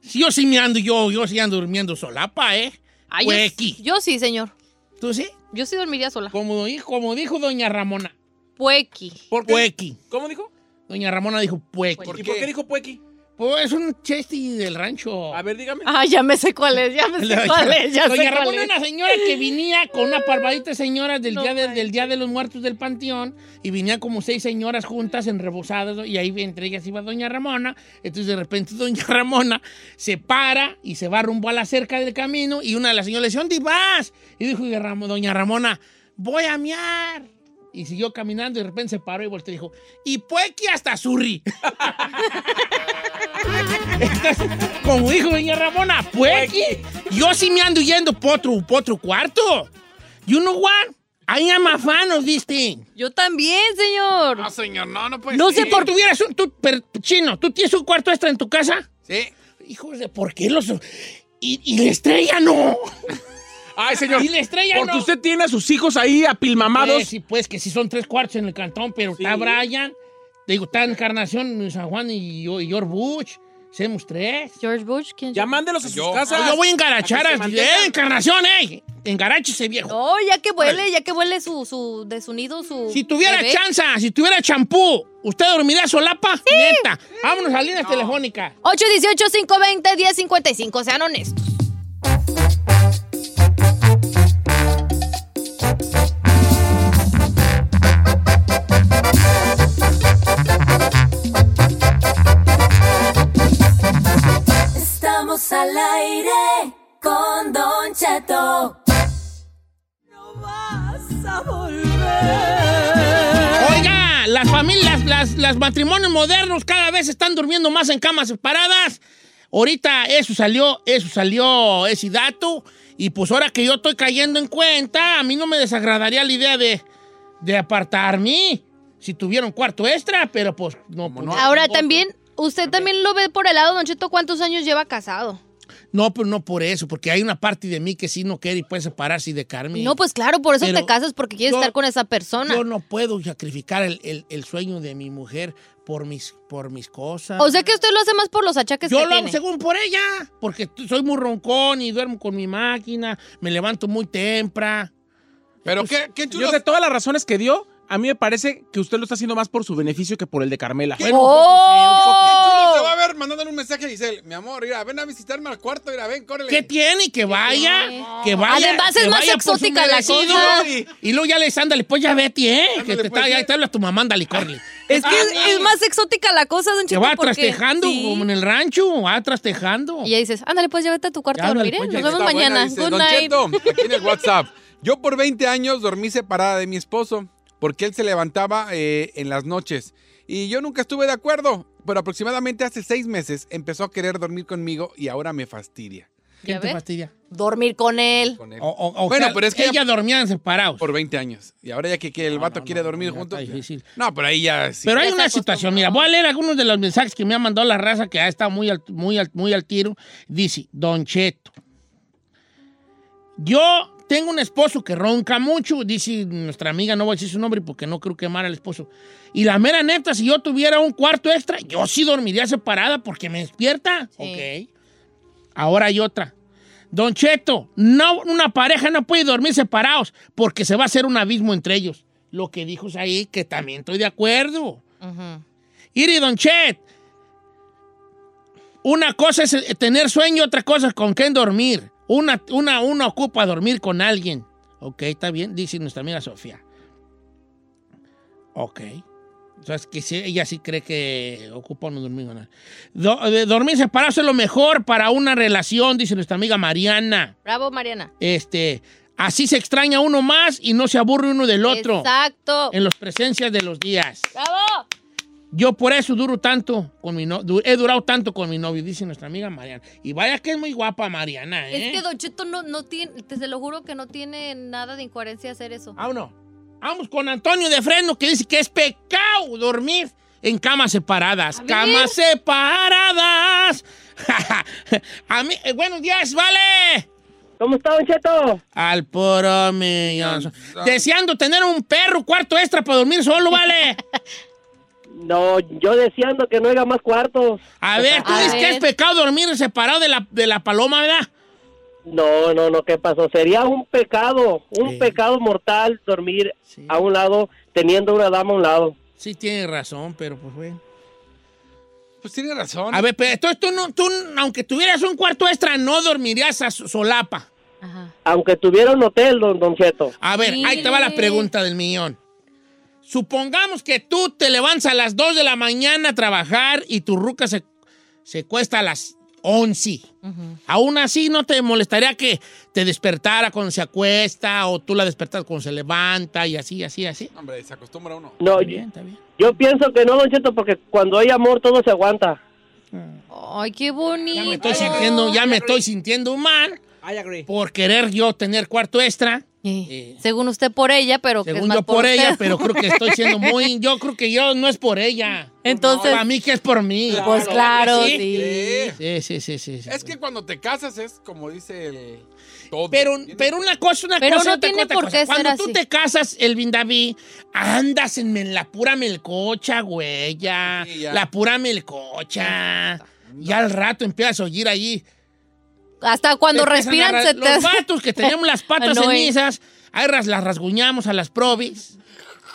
[SPEAKER 3] Si yo sí me ando, yo, yo sí ando durmiendo solapa, ¿eh?
[SPEAKER 5] yo,
[SPEAKER 3] Puequi.
[SPEAKER 5] yo sí, señor.
[SPEAKER 3] ¿Tú sí?
[SPEAKER 5] Yo sí dormiría sola.
[SPEAKER 3] Como, di- como dijo doña Ramona,
[SPEAKER 5] Puequi.
[SPEAKER 6] ¿Por qué?
[SPEAKER 3] puequi.
[SPEAKER 6] ¿Cómo dijo?
[SPEAKER 3] Doña Ramona dijo puequi.
[SPEAKER 6] ¿Y por qué dijo Puequi?
[SPEAKER 3] Pues es un chesti del rancho.
[SPEAKER 6] A ver, dígame.
[SPEAKER 5] Ah, ya me sé cuál es, ya me sé cuál es, ya
[SPEAKER 3] Doña
[SPEAKER 5] sé
[SPEAKER 3] Ramona
[SPEAKER 5] cuál
[SPEAKER 3] era
[SPEAKER 5] es.
[SPEAKER 3] una señora que venía con una parvadita de señoras del,
[SPEAKER 5] No
[SPEAKER 3] día de,
[SPEAKER 5] manches.
[SPEAKER 3] del Día de los Muertos del Panteón y venían como seis señoras juntas en rebozadas ¿no? y ahí entre ellas iba Doña Ramona. Entonces de repente Doña Ramona se para y se va rumbo a la cerca del camino y una de las señoras le dice, ¿dónde vas? Y dijo y Ram- Doña Ramona, voy a miar. Y siguió caminando y de repente se paró y volteó y dijo, y puequi hasta Surri. Entonces, como dijo doña Ramona, puequi. Yo sí me ando yendo por otro, por otro cuarto. You know what? I am a fan of this thing.
[SPEAKER 5] Yo también, señor.
[SPEAKER 6] Ah.
[SPEAKER 4] No, Ah, señor, no, no puede
[SPEAKER 5] No
[SPEAKER 4] ser.
[SPEAKER 5] sé
[SPEAKER 3] Si
[SPEAKER 5] por-
[SPEAKER 3] tú tuvieras un... tú, per- chino, ¿tú tienes un cuarto extra en tu casa?
[SPEAKER 4] Sí.
[SPEAKER 3] Hijos de, ¿por qué los...? Y, y la estrella no.
[SPEAKER 6] Ay, señor.
[SPEAKER 3] Y la estrella
[SPEAKER 6] Porque
[SPEAKER 3] no.
[SPEAKER 6] usted tiene a sus hijos ahí apilmamados.
[SPEAKER 3] Pues, sí, pues, que sí son tres cuartos en el cantón, pero está Brian, digo, está Encarnación, San Juan y, yo- y George Bush. Somos tres.
[SPEAKER 5] George Bush, ¿quién?
[SPEAKER 6] Ya mándelos a sus
[SPEAKER 4] Yo-
[SPEAKER 6] casas.
[SPEAKER 3] Pues yo voy a engarachar
[SPEAKER 6] a que
[SPEAKER 3] a...
[SPEAKER 6] se mantengan.
[SPEAKER 3] ¡Eh, Encarnación, eh! Engarache ese viejo.
[SPEAKER 5] No, ya que huele, ya que huele su, su, de su nido, su.
[SPEAKER 3] Si tuviera
[SPEAKER 5] bebé.
[SPEAKER 3] chanza, si tuviera champú, ¿usted dormiría solapa? Neta. Vámonos a líneas telefónicas.
[SPEAKER 5] 818-520-1055, sean honestos.
[SPEAKER 8] Estamos al aire con Don Cheto. No vas a volver.
[SPEAKER 3] Oiga, las familias, las, las matrimonios modernos cada vez están durmiendo más en camas separadas. Ahorita eso salió, eso salió ese dato. Y pues ahora que yo estoy cayendo en cuenta, a mí no me desagradaría la idea de, de apartarme. Si tuviera un cuarto extra, pero pues no. pues, no,
[SPEAKER 5] Ahora
[SPEAKER 3] no,
[SPEAKER 5] también, usted también lo ve por el lado, Don Cheto, ¿cuántos años lleva casado?
[SPEAKER 3] No, pero no por eso, porque hay una parte de mí que sí no quiere y puede separarse y de Carmen.
[SPEAKER 5] No, pues claro, por eso
[SPEAKER 3] Pero
[SPEAKER 5] te casas, porque quieres
[SPEAKER 3] yo-
[SPEAKER 5] estar con esa persona.
[SPEAKER 3] Yo no puedo sacrificar el, el- el sueño de mi mujer por mis, por mis cosas.
[SPEAKER 5] O sea que usted lo hace más por los achaques
[SPEAKER 3] yo
[SPEAKER 5] que
[SPEAKER 3] lo hago
[SPEAKER 5] tiene.
[SPEAKER 3] según por ella, porque t- soy muy roncón y duermo con mi máquina, me levanto muy temprano.
[SPEAKER 4] Pero
[SPEAKER 5] Pues,
[SPEAKER 4] qué, qué chulo.
[SPEAKER 6] Yo de todas las razones que dio, a mí me parece que usted lo está haciendo más por su beneficio que por el de Carmela.
[SPEAKER 4] Bueno,
[SPEAKER 5] ¡Oh!
[SPEAKER 4] se va a ver mandándole un mensaje a Giselle. Mi amor, mira, ven a visitarme al cuarto, mira, ven, córrele.
[SPEAKER 3] ¿Qué tiene? Que vaya, que vaya.
[SPEAKER 5] Ah, Además,
[SPEAKER 3] que
[SPEAKER 5] es más
[SPEAKER 3] vaya por su
[SPEAKER 5] exótica la
[SPEAKER 3] merecido.
[SPEAKER 5] cosa.
[SPEAKER 3] Y, y luego ya les ándale, pues ya vete, ¿eh? que te,
[SPEAKER 4] Ándale, pues,
[SPEAKER 3] está-
[SPEAKER 4] ya.
[SPEAKER 3] ahí te habla tu mamá, ándale, corre.
[SPEAKER 5] Es que es, es más exótica la cosa, Don
[SPEAKER 3] Que
[SPEAKER 5] Cheto.
[SPEAKER 3] va
[SPEAKER 5] porque-
[SPEAKER 3] trastejando
[SPEAKER 5] Sí.
[SPEAKER 3] como en el rancho, va trastejando.
[SPEAKER 5] Y ya dices, ándale, pues ya vete a tu cuarto
[SPEAKER 3] Ya,
[SPEAKER 5] a
[SPEAKER 3] ándale,
[SPEAKER 5] dormir, ¿eh?
[SPEAKER 3] pues, ya
[SPEAKER 5] Nos vemos
[SPEAKER 4] Está buena,
[SPEAKER 5] mañana.
[SPEAKER 4] dice,
[SPEAKER 5] Good
[SPEAKER 4] Don
[SPEAKER 5] night.
[SPEAKER 4] Cheto, aquí en el WhatsApp. Yo por 20 años dormí separada de mi esposo porque él se levantaba eh, en las noches Y yo nunca estuve de acuerdo, pero aproximadamente hace seis meses empezó a querer dormir conmigo y ahora me fastidia.
[SPEAKER 3] ¿Quién te fastidia?
[SPEAKER 5] Dormir con él.
[SPEAKER 4] él.
[SPEAKER 3] o
[SPEAKER 4] bueno,
[SPEAKER 3] sea,
[SPEAKER 4] pero es que
[SPEAKER 3] ella dormían separados.
[SPEAKER 9] pues,
[SPEAKER 4] Por 20 años. Y ahora ya que, que el vato quiere dormir juntos. No, pero ahí ya. sí.
[SPEAKER 3] Pero hay una situación, mira, voy a leer algunos de los mensajes que me ha mandado la raza que ha estado muy al, muy al- muy al tiro. Dice, Don Cheto, yo tengo un esposo que ronca mucho, dice nuestra amiga, no voy a decir su nombre porque no creo quemar al esposo. Y la mera neta, si yo tuviera un cuarto extra, yo sí dormiría separada porque me despierta. Ok. Ahora hay otra. Don Cheto, no, una pareja no puede dormir separados porque se va a hacer un abismo entre ellos. Lo que dijo ahí, que también estoy de acuerdo. Iri Don Chet, una cosa es eh, tener sueño, otra cosa es con quién dormir. Una, una, una ocupa dormir con alguien. Ok, está bien, dice nuestra amiga Sofía. Ok. Entonces, que sí, ella sí cree que ocupa uno dormir con alguien. Do- eh, dormir separado es lo mejor para una relación, dice nuestra amiga Mariana.
[SPEAKER 5] Bravo, Mariana.
[SPEAKER 3] Este, así se extraña uno más y no se aburre uno del otro.
[SPEAKER 5] Exacto.
[SPEAKER 3] En las presencias de los días.
[SPEAKER 5] ¡Bravo!
[SPEAKER 3] Yo por eso duro tanto con mi novio. He durado tanto con mi novio, dice nuestra amiga Mariana. Y vaya que es muy guapa Mariana, ¿eh?
[SPEAKER 5] Es que Don Cheto no, no tiene, te se lo juro que no tiene nada de incoherencia hacer eso.
[SPEAKER 3] Ah, no. Vamos con Antonio de Fresno que dice que es pecado dormir en camas separadas. ¡Camas separadas! A mí, eh, buenos días, vale.
[SPEAKER 10] ¿Cómo está, Don Cheto?
[SPEAKER 3] Al puro millón. Deseando tener un perro cuarto extra para dormir solo, vale.
[SPEAKER 10] No, yo deseando que no haya más cuartos.
[SPEAKER 3] A ver, tú
[SPEAKER 10] A
[SPEAKER 3] dices que
[SPEAKER 10] ver.
[SPEAKER 3] es pecado dormir separado de la, de la paloma, ¿verdad?
[SPEAKER 10] No, no, no, ¿qué pasó? Sería un pecado, un pecado mortal dormir a un lado teniendo una dama a un lado.
[SPEAKER 3] Sí, tiene razón, pero pues bueno.
[SPEAKER 4] Pues tiene razón.
[SPEAKER 3] A ver, pero entonces tú, no, tú, aunque tuvieras un cuarto extra, no dormirías a so- solapa.
[SPEAKER 10] Aunque tuviera un hotel, don, don Cheto.
[SPEAKER 3] A ver, ahí te va la pregunta del millón. Supongamos que tú te levantas a las 2 de la mañana a trabajar y tu ruca se, se cuesta a las 11. Aún así, ¿no te molestaría que te despertara cuando se acuesta o tú la despertas cuando se levanta y así, así, así?
[SPEAKER 4] Hombre, se acostumbra uno.
[SPEAKER 10] No, Yo pienso que no, Don Cheto, porque cuando hay amor todo se aguanta.
[SPEAKER 5] Ay, qué bonito.
[SPEAKER 3] Ya me estoy sintiendo, ya me estoy sintiendo mal por querer yo tener cuarto extra.
[SPEAKER 5] Eh, Según usted por ella, pero que es
[SPEAKER 3] Eh. Según
[SPEAKER 5] más
[SPEAKER 3] yo por
[SPEAKER 5] usted.
[SPEAKER 3] ella, pero creo que estoy siendo muy. Yo creo que yo no es por ella.
[SPEAKER 5] Entonces-
[SPEAKER 3] a mí que es por mí.
[SPEAKER 5] Pues claro,
[SPEAKER 3] Sí, sí, sí. sí, sí, sí.
[SPEAKER 4] Es que cuando te casas es como dice el. Todo.
[SPEAKER 3] Pero, pero una cosa, una
[SPEAKER 4] Pero
[SPEAKER 3] cosa.
[SPEAKER 4] no
[SPEAKER 3] otra
[SPEAKER 4] tiene
[SPEAKER 3] cosa,
[SPEAKER 4] por
[SPEAKER 3] otra
[SPEAKER 4] qué
[SPEAKER 3] cosa. Cuando
[SPEAKER 4] ser
[SPEAKER 3] tú
[SPEAKER 4] así.
[SPEAKER 3] te casas, el David, andas en, en la pura melcocha, güey. Ya.
[SPEAKER 4] Sí, ya.
[SPEAKER 3] La pura melcocha. Ya al rato empiezas a oír allí.
[SPEAKER 5] Hasta cuando
[SPEAKER 3] Empiezan a
[SPEAKER 5] respiran
[SPEAKER 3] ra-
[SPEAKER 5] se te...
[SPEAKER 3] Los vatos que tenemos las patas
[SPEAKER 5] No, eh.
[SPEAKER 3] cenizas, ahí ras- las rasguñamos a las probis.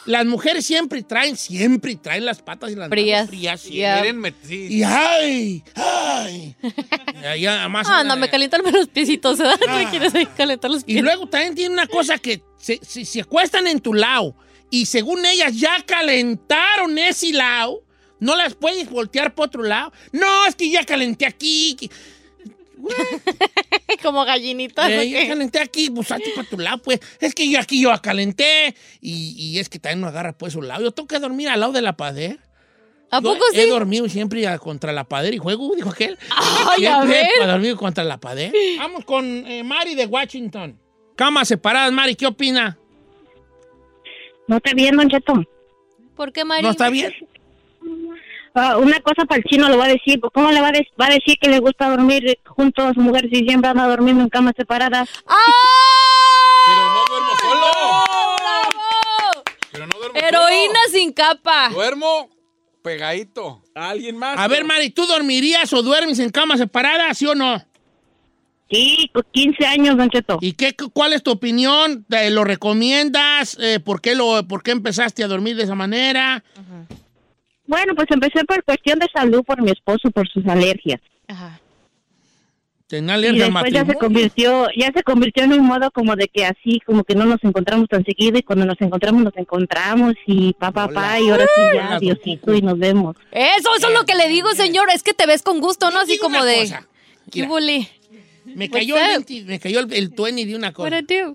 [SPEAKER 3] Las mujeres siempre traen, siempre traen las patas y las manos
[SPEAKER 5] Frías.
[SPEAKER 3] frías.
[SPEAKER 5] Sí, Ya. quieren
[SPEAKER 3] Y ay, ay. Y ahí además
[SPEAKER 5] Ah,
[SPEAKER 3] andan
[SPEAKER 5] no, me calientan los piecitos, ¿verdad? No me quieres ahí calentar los pies.
[SPEAKER 3] y luego también tiene una cosa que se, se, se acuestan en tu lado y según ellas ya calentaron ese lado, no las puedes voltear por otro lado. No, es que ya calenté aquí. que-
[SPEAKER 7] Como gallinita.
[SPEAKER 3] Eh, ya calenté aquí, pues hazte para tu lado, pues. Es que yo aquí yo calenté y, y es que también no agarra pues su lado. Yo tengo que dormir al lado de la pader.
[SPEAKER 5] ¿A
[SPEAKER 3] Yo
[SPEAKER 5] poco
[SPEAKER 3] he
[SPEAKER 5] sí?
[SPEAKER 3] dormido siempre a- contra la pader y juego, dijo aquel.
[SPEAKER 5] Ay, a
[SPEAKER 3] siempre
[SPEAKER 5] ver.
[SPEAKER 3] he dormido contra la pader. Vamos con eh, Mari de Washington. Camas separadas, Mari, ¿qué opina?
[SPEAKER 11] No está bien, Don Cheto.
[SPEAKER 5] ¿Por qué, Mari?
[SPEAKER 3] ¿No está bien?
[SPEAKER 11] Ah, una cosa para el chino lo va a decir. ¿Cómo le va a, de- va a decir que le gusta dormir juntos, mujeres, y siempre anda durmiendo en camas separadas?
[SPEAKER 5] ¡Ah!
[SPEAKER 4] Pero no duermo solo.
[SPEAKER 5] ¡Bravo!
[SPEAKER 4] Pero no duermo
[SPEAKER 5] Heroína sin capa.
[SPEAKER 4] solo. Duermo pegadito.
[SPEAKER 6] Alguien más.
[SPEAKER 3] A ver, Mari, ¿tú dormirías o duermes en camas separadas, sí o no?
[SPEAKER 11] Sí, con 15 años, Don Cheto.
[SPEAKER 3] ¿Y qué, cuál es tu opinión? Eh, ¿Lo recomiendas? Eh, ¿por, qué lo, ¿Por qué empezaste a dormir de esa manera?
[SPEAKER 11] Bueno, pues empecé por cuestión de salud por mi esposo, por sus alergias.
[SPEAKER 3] Tenía
[SPEAKER 11] Y
[SPEAKER 3] alergia al
[SPEAKER 11] después ya se
[SPEAKER 3] matrimonio.
[SPEAKER 11] convirtió, ya se convirtió en un modo como de que así, como que no nos encontramos tan seguido y cuando nos encontramos nos encontramos y pa pa pa y ahora sí ya,
[SPEAKER 3] Hola,
[SPEAKER 11] Diosito y nos vemos.
[SPEAKER 5] Eso, eso es lo que le digo, señor. Es que te ves con gusto, ¿no? Así como
[SPEAKER 3] una
[SPEAKER 5] de...
[SPEAKER 3] cosa.
[SPEAKER 5] ¿Qué
[SPEAKER 3] Mira.
[SPEAKER 5] bully?
[SPEAKER 3] Me
[SPEAKER 5] Pues
[SPEAKER 3] cayó, el, 20 me cayó el, el 20 de una
[SPEAKER 5] What
[SPEAKER 3] cosa.
[SPEAKER 5] I do?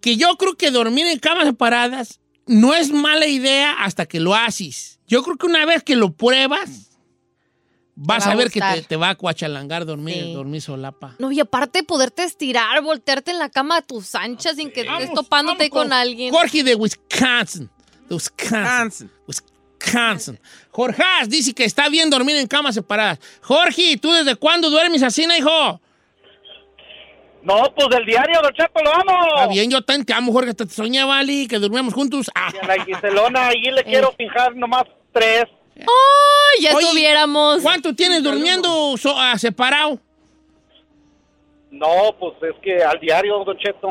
[SPEAKER 3] Que yo creo que dormir en camas separadas no es mala idea hasta que lo haces. Yo creo que una vez que lo pruebas, vas
[SPEAKER 5] va
[SPEAKER 3] a,
[SPEAKER 5] a
[SPEAKER 3] ver que
[SPEAKER 5] gustar.
[SPEAKER 3] te, te va a cuachalangar dormir,
[SPEAKER 5] Sí.
[SPEAKER 3] dormir solapa.
[SPEAKER 5] No, y aparte poderte estirar, voltearte en la cama a tus anchas sin que estés
[SPEAKER 3] Vamos,
[SPEAKER 5] topándote con alguien.
[SPEAKER 3] Jorge de Wisconsin. De Wisconsin. Wisconsin. Jorge dice que está bien dormir en camas separadas. Jorge, ¿tú desde cuándo duermes así, na, hijo?
[SPEAKER 9] No, pues del diario, don Chepo, lo amo.
[SPEAKER 3] Está bien, yo también te amo, Jorge, hasta te soñé, Vali, que durmíamos juntos. Ah,
[SPEAKER 9] En la Giselona, ahí
[SPEAKER 11] Eh.
[SPEAKER 9] le quiero fijar nomás tres.
[SPEAKER 5] ¡Ay, ya estuviéramos!
[SPEAKER 3] ¿Cuánto tienes durmiendo so- ah, separado?
[SPEAKER 9] No, pues es que al diario, don Chepo.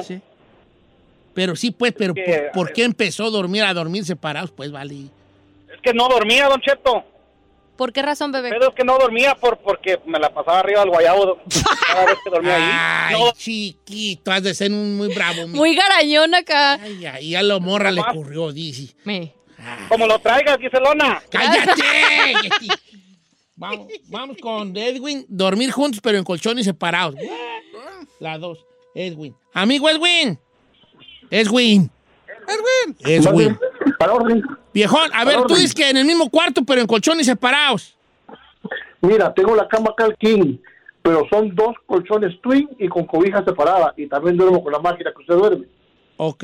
[SPEAKER 3] Pero sí, pues, pero
[SPEAKER 9] que-
[SPEAKER 3] ¿por, por qué empezó a dormir a dormir separados? Pues, Vali.
[SPEAKER 9] Es que no dormía, don Chepo.
[SPEAKER 5] ¿Por qué razón, bebé?
[SPEAKER 9] Pero es que no dormía por, porque me la pasaba arriba del guayabo cada vez que dormía ahí.
[SPEAKER 3] Ay,
[SPEAKER 9] No,
[SPEAKER 3] chiquito, has de ser un muy bravo. mi-
[SPEAKER 5] Muy garañón acá.
[SPEAKER 3] Ay, ay, ya lo morra le corrió, dice.
[SPEAKER 9] Como lo traigas, Giselona.
[SPEAKER 3] ¡Cállate! vamos, vamos con Edwin. Dormir juntos, pero en colchones separados. La dos. Edwin. Amigo Edwin. Edwin. Edwin. Edwin. Viejón, a ver, tú
[SPEAKER 12] orden.
[SPEAKER 3] dices que en el mismo cuarto, pero en colchones separados.
[SPEAKER 12] Mira, tengo la cama acá al king, pero son dos colchones twin y con cobijas separadas. Y también duermo con la máquina que usted duerme.
[SPEAKER 3] Ok.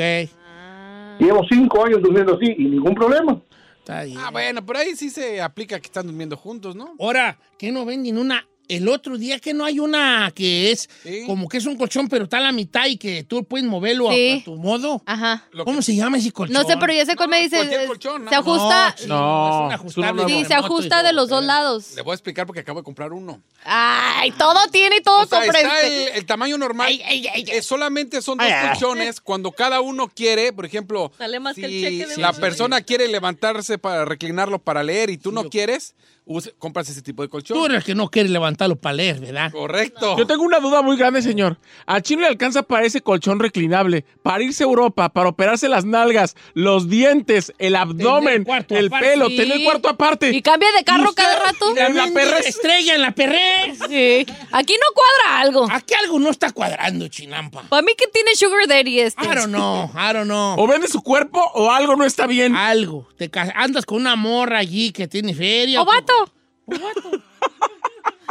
[SPEAKER 12] Llevo cinco años durmiendo así y ningún problema.
[SPEAKER 4] Ah, bueno, pero ahí sí se aplica que están durmiendo juntos, ¿no?
[SPEAKER 3] Ahora, ¿qué no venden una? El otro día que no hay una que es como que es un colchón, pero está a la mitad y que tú puedes moverlo a-
[SPEAKER 5] Sí.
[SPEAKER 3] a, tu modo.
[SPEAKER 5] Ajá.
[SPEAKER 3] ¿Cómo se llama ese colchón?
[SPEAKER 5] No sé, pero yo sé cuál me dice.
[SPEAKER 3] cualquier
[SPEAKER 5] eh, se ajusta.
[SPEAKER 3] No, no, es un ajustable.
[SPEAKER 5] sí, se ajusta de los dos lados.
[SPEAKER 4] Le voy a explicar porque acabo de comprar uno.
[SPEAKER 5] Ay, todo tiene y todo
[SPEAKER 4] O sea,
[SPEAKER 5] comprende.
[SPEAKER 4] está el, el tamaño normal. Eh, solamente son dos
[SPEAKER 5] Ay, ay.
[SPEAKER 4] colchones. Cuando cada uno quiere, por ejemplo,
[SPEAKER 5] Sale más que el
[SPEAKER 4] si
[SPEAKER 5] cheque de
[SPEAKER 4] la
[SPEAKER 5] uno.
[SPEAKER 4] persona quiere levantarse para reclinarlo para leer y tú no quieres, use- compras ese tipo de colchón.
[SPEAKER 3] Tú eres el que no quieres levantarlo para leer, ¿verdad?
[SPEAKER 4] Correcto.
[SPEAKER 6] Yo tengo una duda muy grande, señor. ¿A Chino le alcanza para ese colchón reclinable, para irse a Europa, para operarse las nalgas, los dientes, el abdomen,
[SPEAKER 3] cuarto
[SPEAKER 6] el
[SPEAKER 3] aparte.
[SPEAKER 6] pelo,
[SPEAKER 3] Sí.
[SPEAKER 6] tener el cuarto aparte?
[SPEAKER 5] Y cambia de carro cada rato.
[SPEAKER 3] En la perra
[SPEAKER 6] este
[SPEAKER 3] estrella, en la perrez.
[SPEAKER 5] Sí. Aquí no cuadra algo.
[SPEAKER 3] Aquí algo no está cuadrando, chinampa.
[SPEAKER 5] Para Pues, mí que tiene Sugar Daddy este.
[SPEAKER 3] I don't know, I don't know.
[SPEAKER 6] O vende su cuerpo o algo no está bien.
[SPEAKER 3] Algo. Te ca- andas con una morra allí que tiene feria.
[SPEAKER 5] ¡O Oh, vato!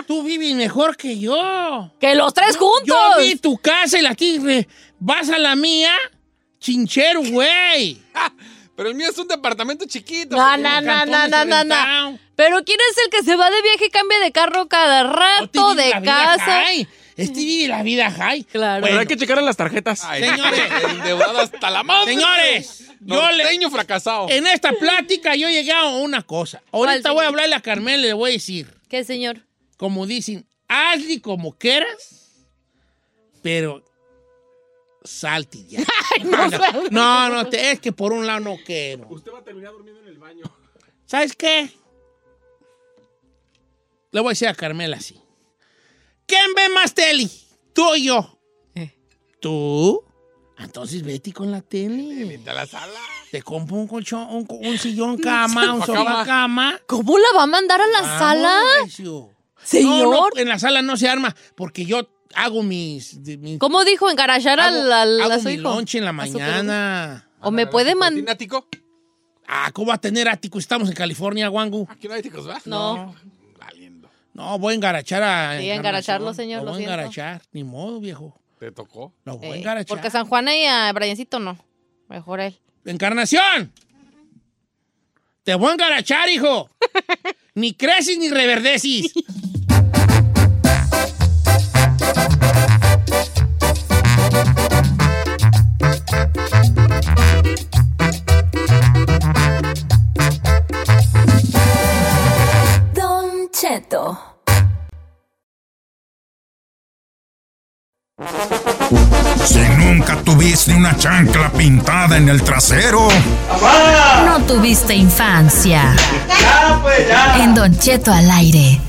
[SPEAKER 3] Tú vives mejor que yo.
[SPEAKER 5] ¡Que los tres
[SPEAKER 3] Yo-
[SPEAKER 5] juntos!
[SPEAKER 3] Yo vi tu casa y la tigre. Vas a la mía, chinchero, güey.
[SPEAKER 5] Ah,
[SPEAKER 4] Pero el mío es un departamento chiquito.
[SPEAKER 5] No,
[SPEAKER 4] porque
[SPEAKER 5] no,
[SPEAKER 4] el
[SPEAKER 5] no,
[SPEAKER 4] cantón
[SPEAKER 5] no,
[SPEAKER 4] está
[SPEAKER 5] no, no,
[SPEAKER 4] rentado.
[SPEAKER 5] no. Pero ¿quién es el que se va de viaje y cambia de carro cada rato, de
[SPEAKER 3] La vida
[SPEAKER 5] casa?
[SPEAKER 3] high. Este vive la vida high.
[SPEAKER 5] Claro.
[SPEAKER 6] Pero hay que checar en las tarjetas.
[SPEAKER 3] Señores.
[SPEAKER 4] Endeudado hasta la madre.
[SPEAKER 3] Señores, yo le-
[SPEAKER 4] Norteño fracasado.
[SPEAKER 3] En esta plática yo he llegado a una cosa. Ahorita voy a hablarle a Carmela y le voy a decir,
[SPEAKER 5] ¿Qué, señor?
[SPEAKER 3] como dicen, hazle como quieras, pero salte ya. no, no, te- es que por un lado no quiero.
[SPEAKER 6] Usted va a terminar durmiendo en el baño.
[SPEAKER 3] ¿Sabes qué? Le voy a decir a Carmela así. ¿Quién ve más tele? ¿Tú o yo?
[SPEAKER 5] Eh.
[SPEAKER 3] ¿Tú? Entonces vete con la tele.
[SPEAKER 4] a la sala.
[SPEAKER 3] Te compro un colchón, un, co- un sillón cama, un sofá
[SPEAKER 5] Cama.
[SPEAKER 3] cama.
[SPEAKER 5] ¿Cómo la va a mandar a la
[SPEAKER 3] Vamos,
[SPEAKER 5] sala?
[SPEAKER 3] necio.
[SPEAKER 5] Señor.
[SPEAKER 3] Ah, No, pues, no, en la sala no se arma porque yo hago mis... de- mis-
[SPEAKER 5] ¿Cómo dijo? ¿Engarachar
[SPEAKER 3] hago,
[SPEAKER 5] al, al- a
[SPEAKER 3] hago
[SPEAKER 5] su
[SPEAKER 3] mi
[SPEAKER 5] hijo?
[SPEAKER 3] lonche en la
[SPEAKER 5] ¿A su
[SPEAKER 3] mañana.
[SPEAKER 5] ¿O me puede mandar?
[SPEAKER 4] ático?
[SPEAKER 3] Ah, ¿cómo va a tener ático? Estamos en California, Wangu.
[SPEAKER 4] Aquí no hay ticos, ¿verdad?
[SPEAKER 5] No.
[SPEAKER 3] No, voy a engarachar a...
[SPEAKER 5] Sí,
[SPEAKER 3] Encarnación.
[SPEAKER 5] engaracharlo, señor, lo
[SPEAKER 3] voy a
[SPEAKER 5] siento.
[SPEAKER 3] engarachar, ni modo, viejo.
[SPEAKER 4] ¿Te tocó?
[SPEAKER 3] Lo voy a
[SPEAKER 5] Eh,
[SPEAKER 3] engarachar.
[SPEAKER 5] porque a San Juana y a Briancito no. Mejor él.
[SPEAKER 3] ¡Encarnación! Te voy a engarachar, hijo. ni creces ni reverdeces.
[SPEAKER 8] Don Cheto.
[SPEAKER 13] Si nunca tuviste una chancla pintada en el trasero,
[SPEAKER 2] No tuviste infancia. En Don Cheto al aire.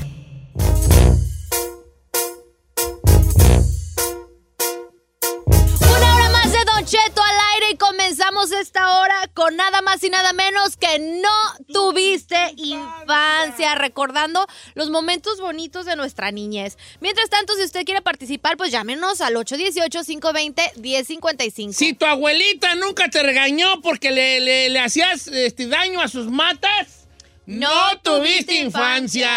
[SPEAKER 5] Una hora más de Don Cheto al aire y comenzamos esta hora con nada más y nada nada menos que no tuviste infancia, recordando los momentos bonitos de nuestra niñez. Mientras tanto, si usted quiere participar, pues llámenos al 818-520-1055.
[SPEAKER 3] Si tu abuelita nunca te regañó porque le, le- le hacías este, daño a sus matas, no, tuviste infancia.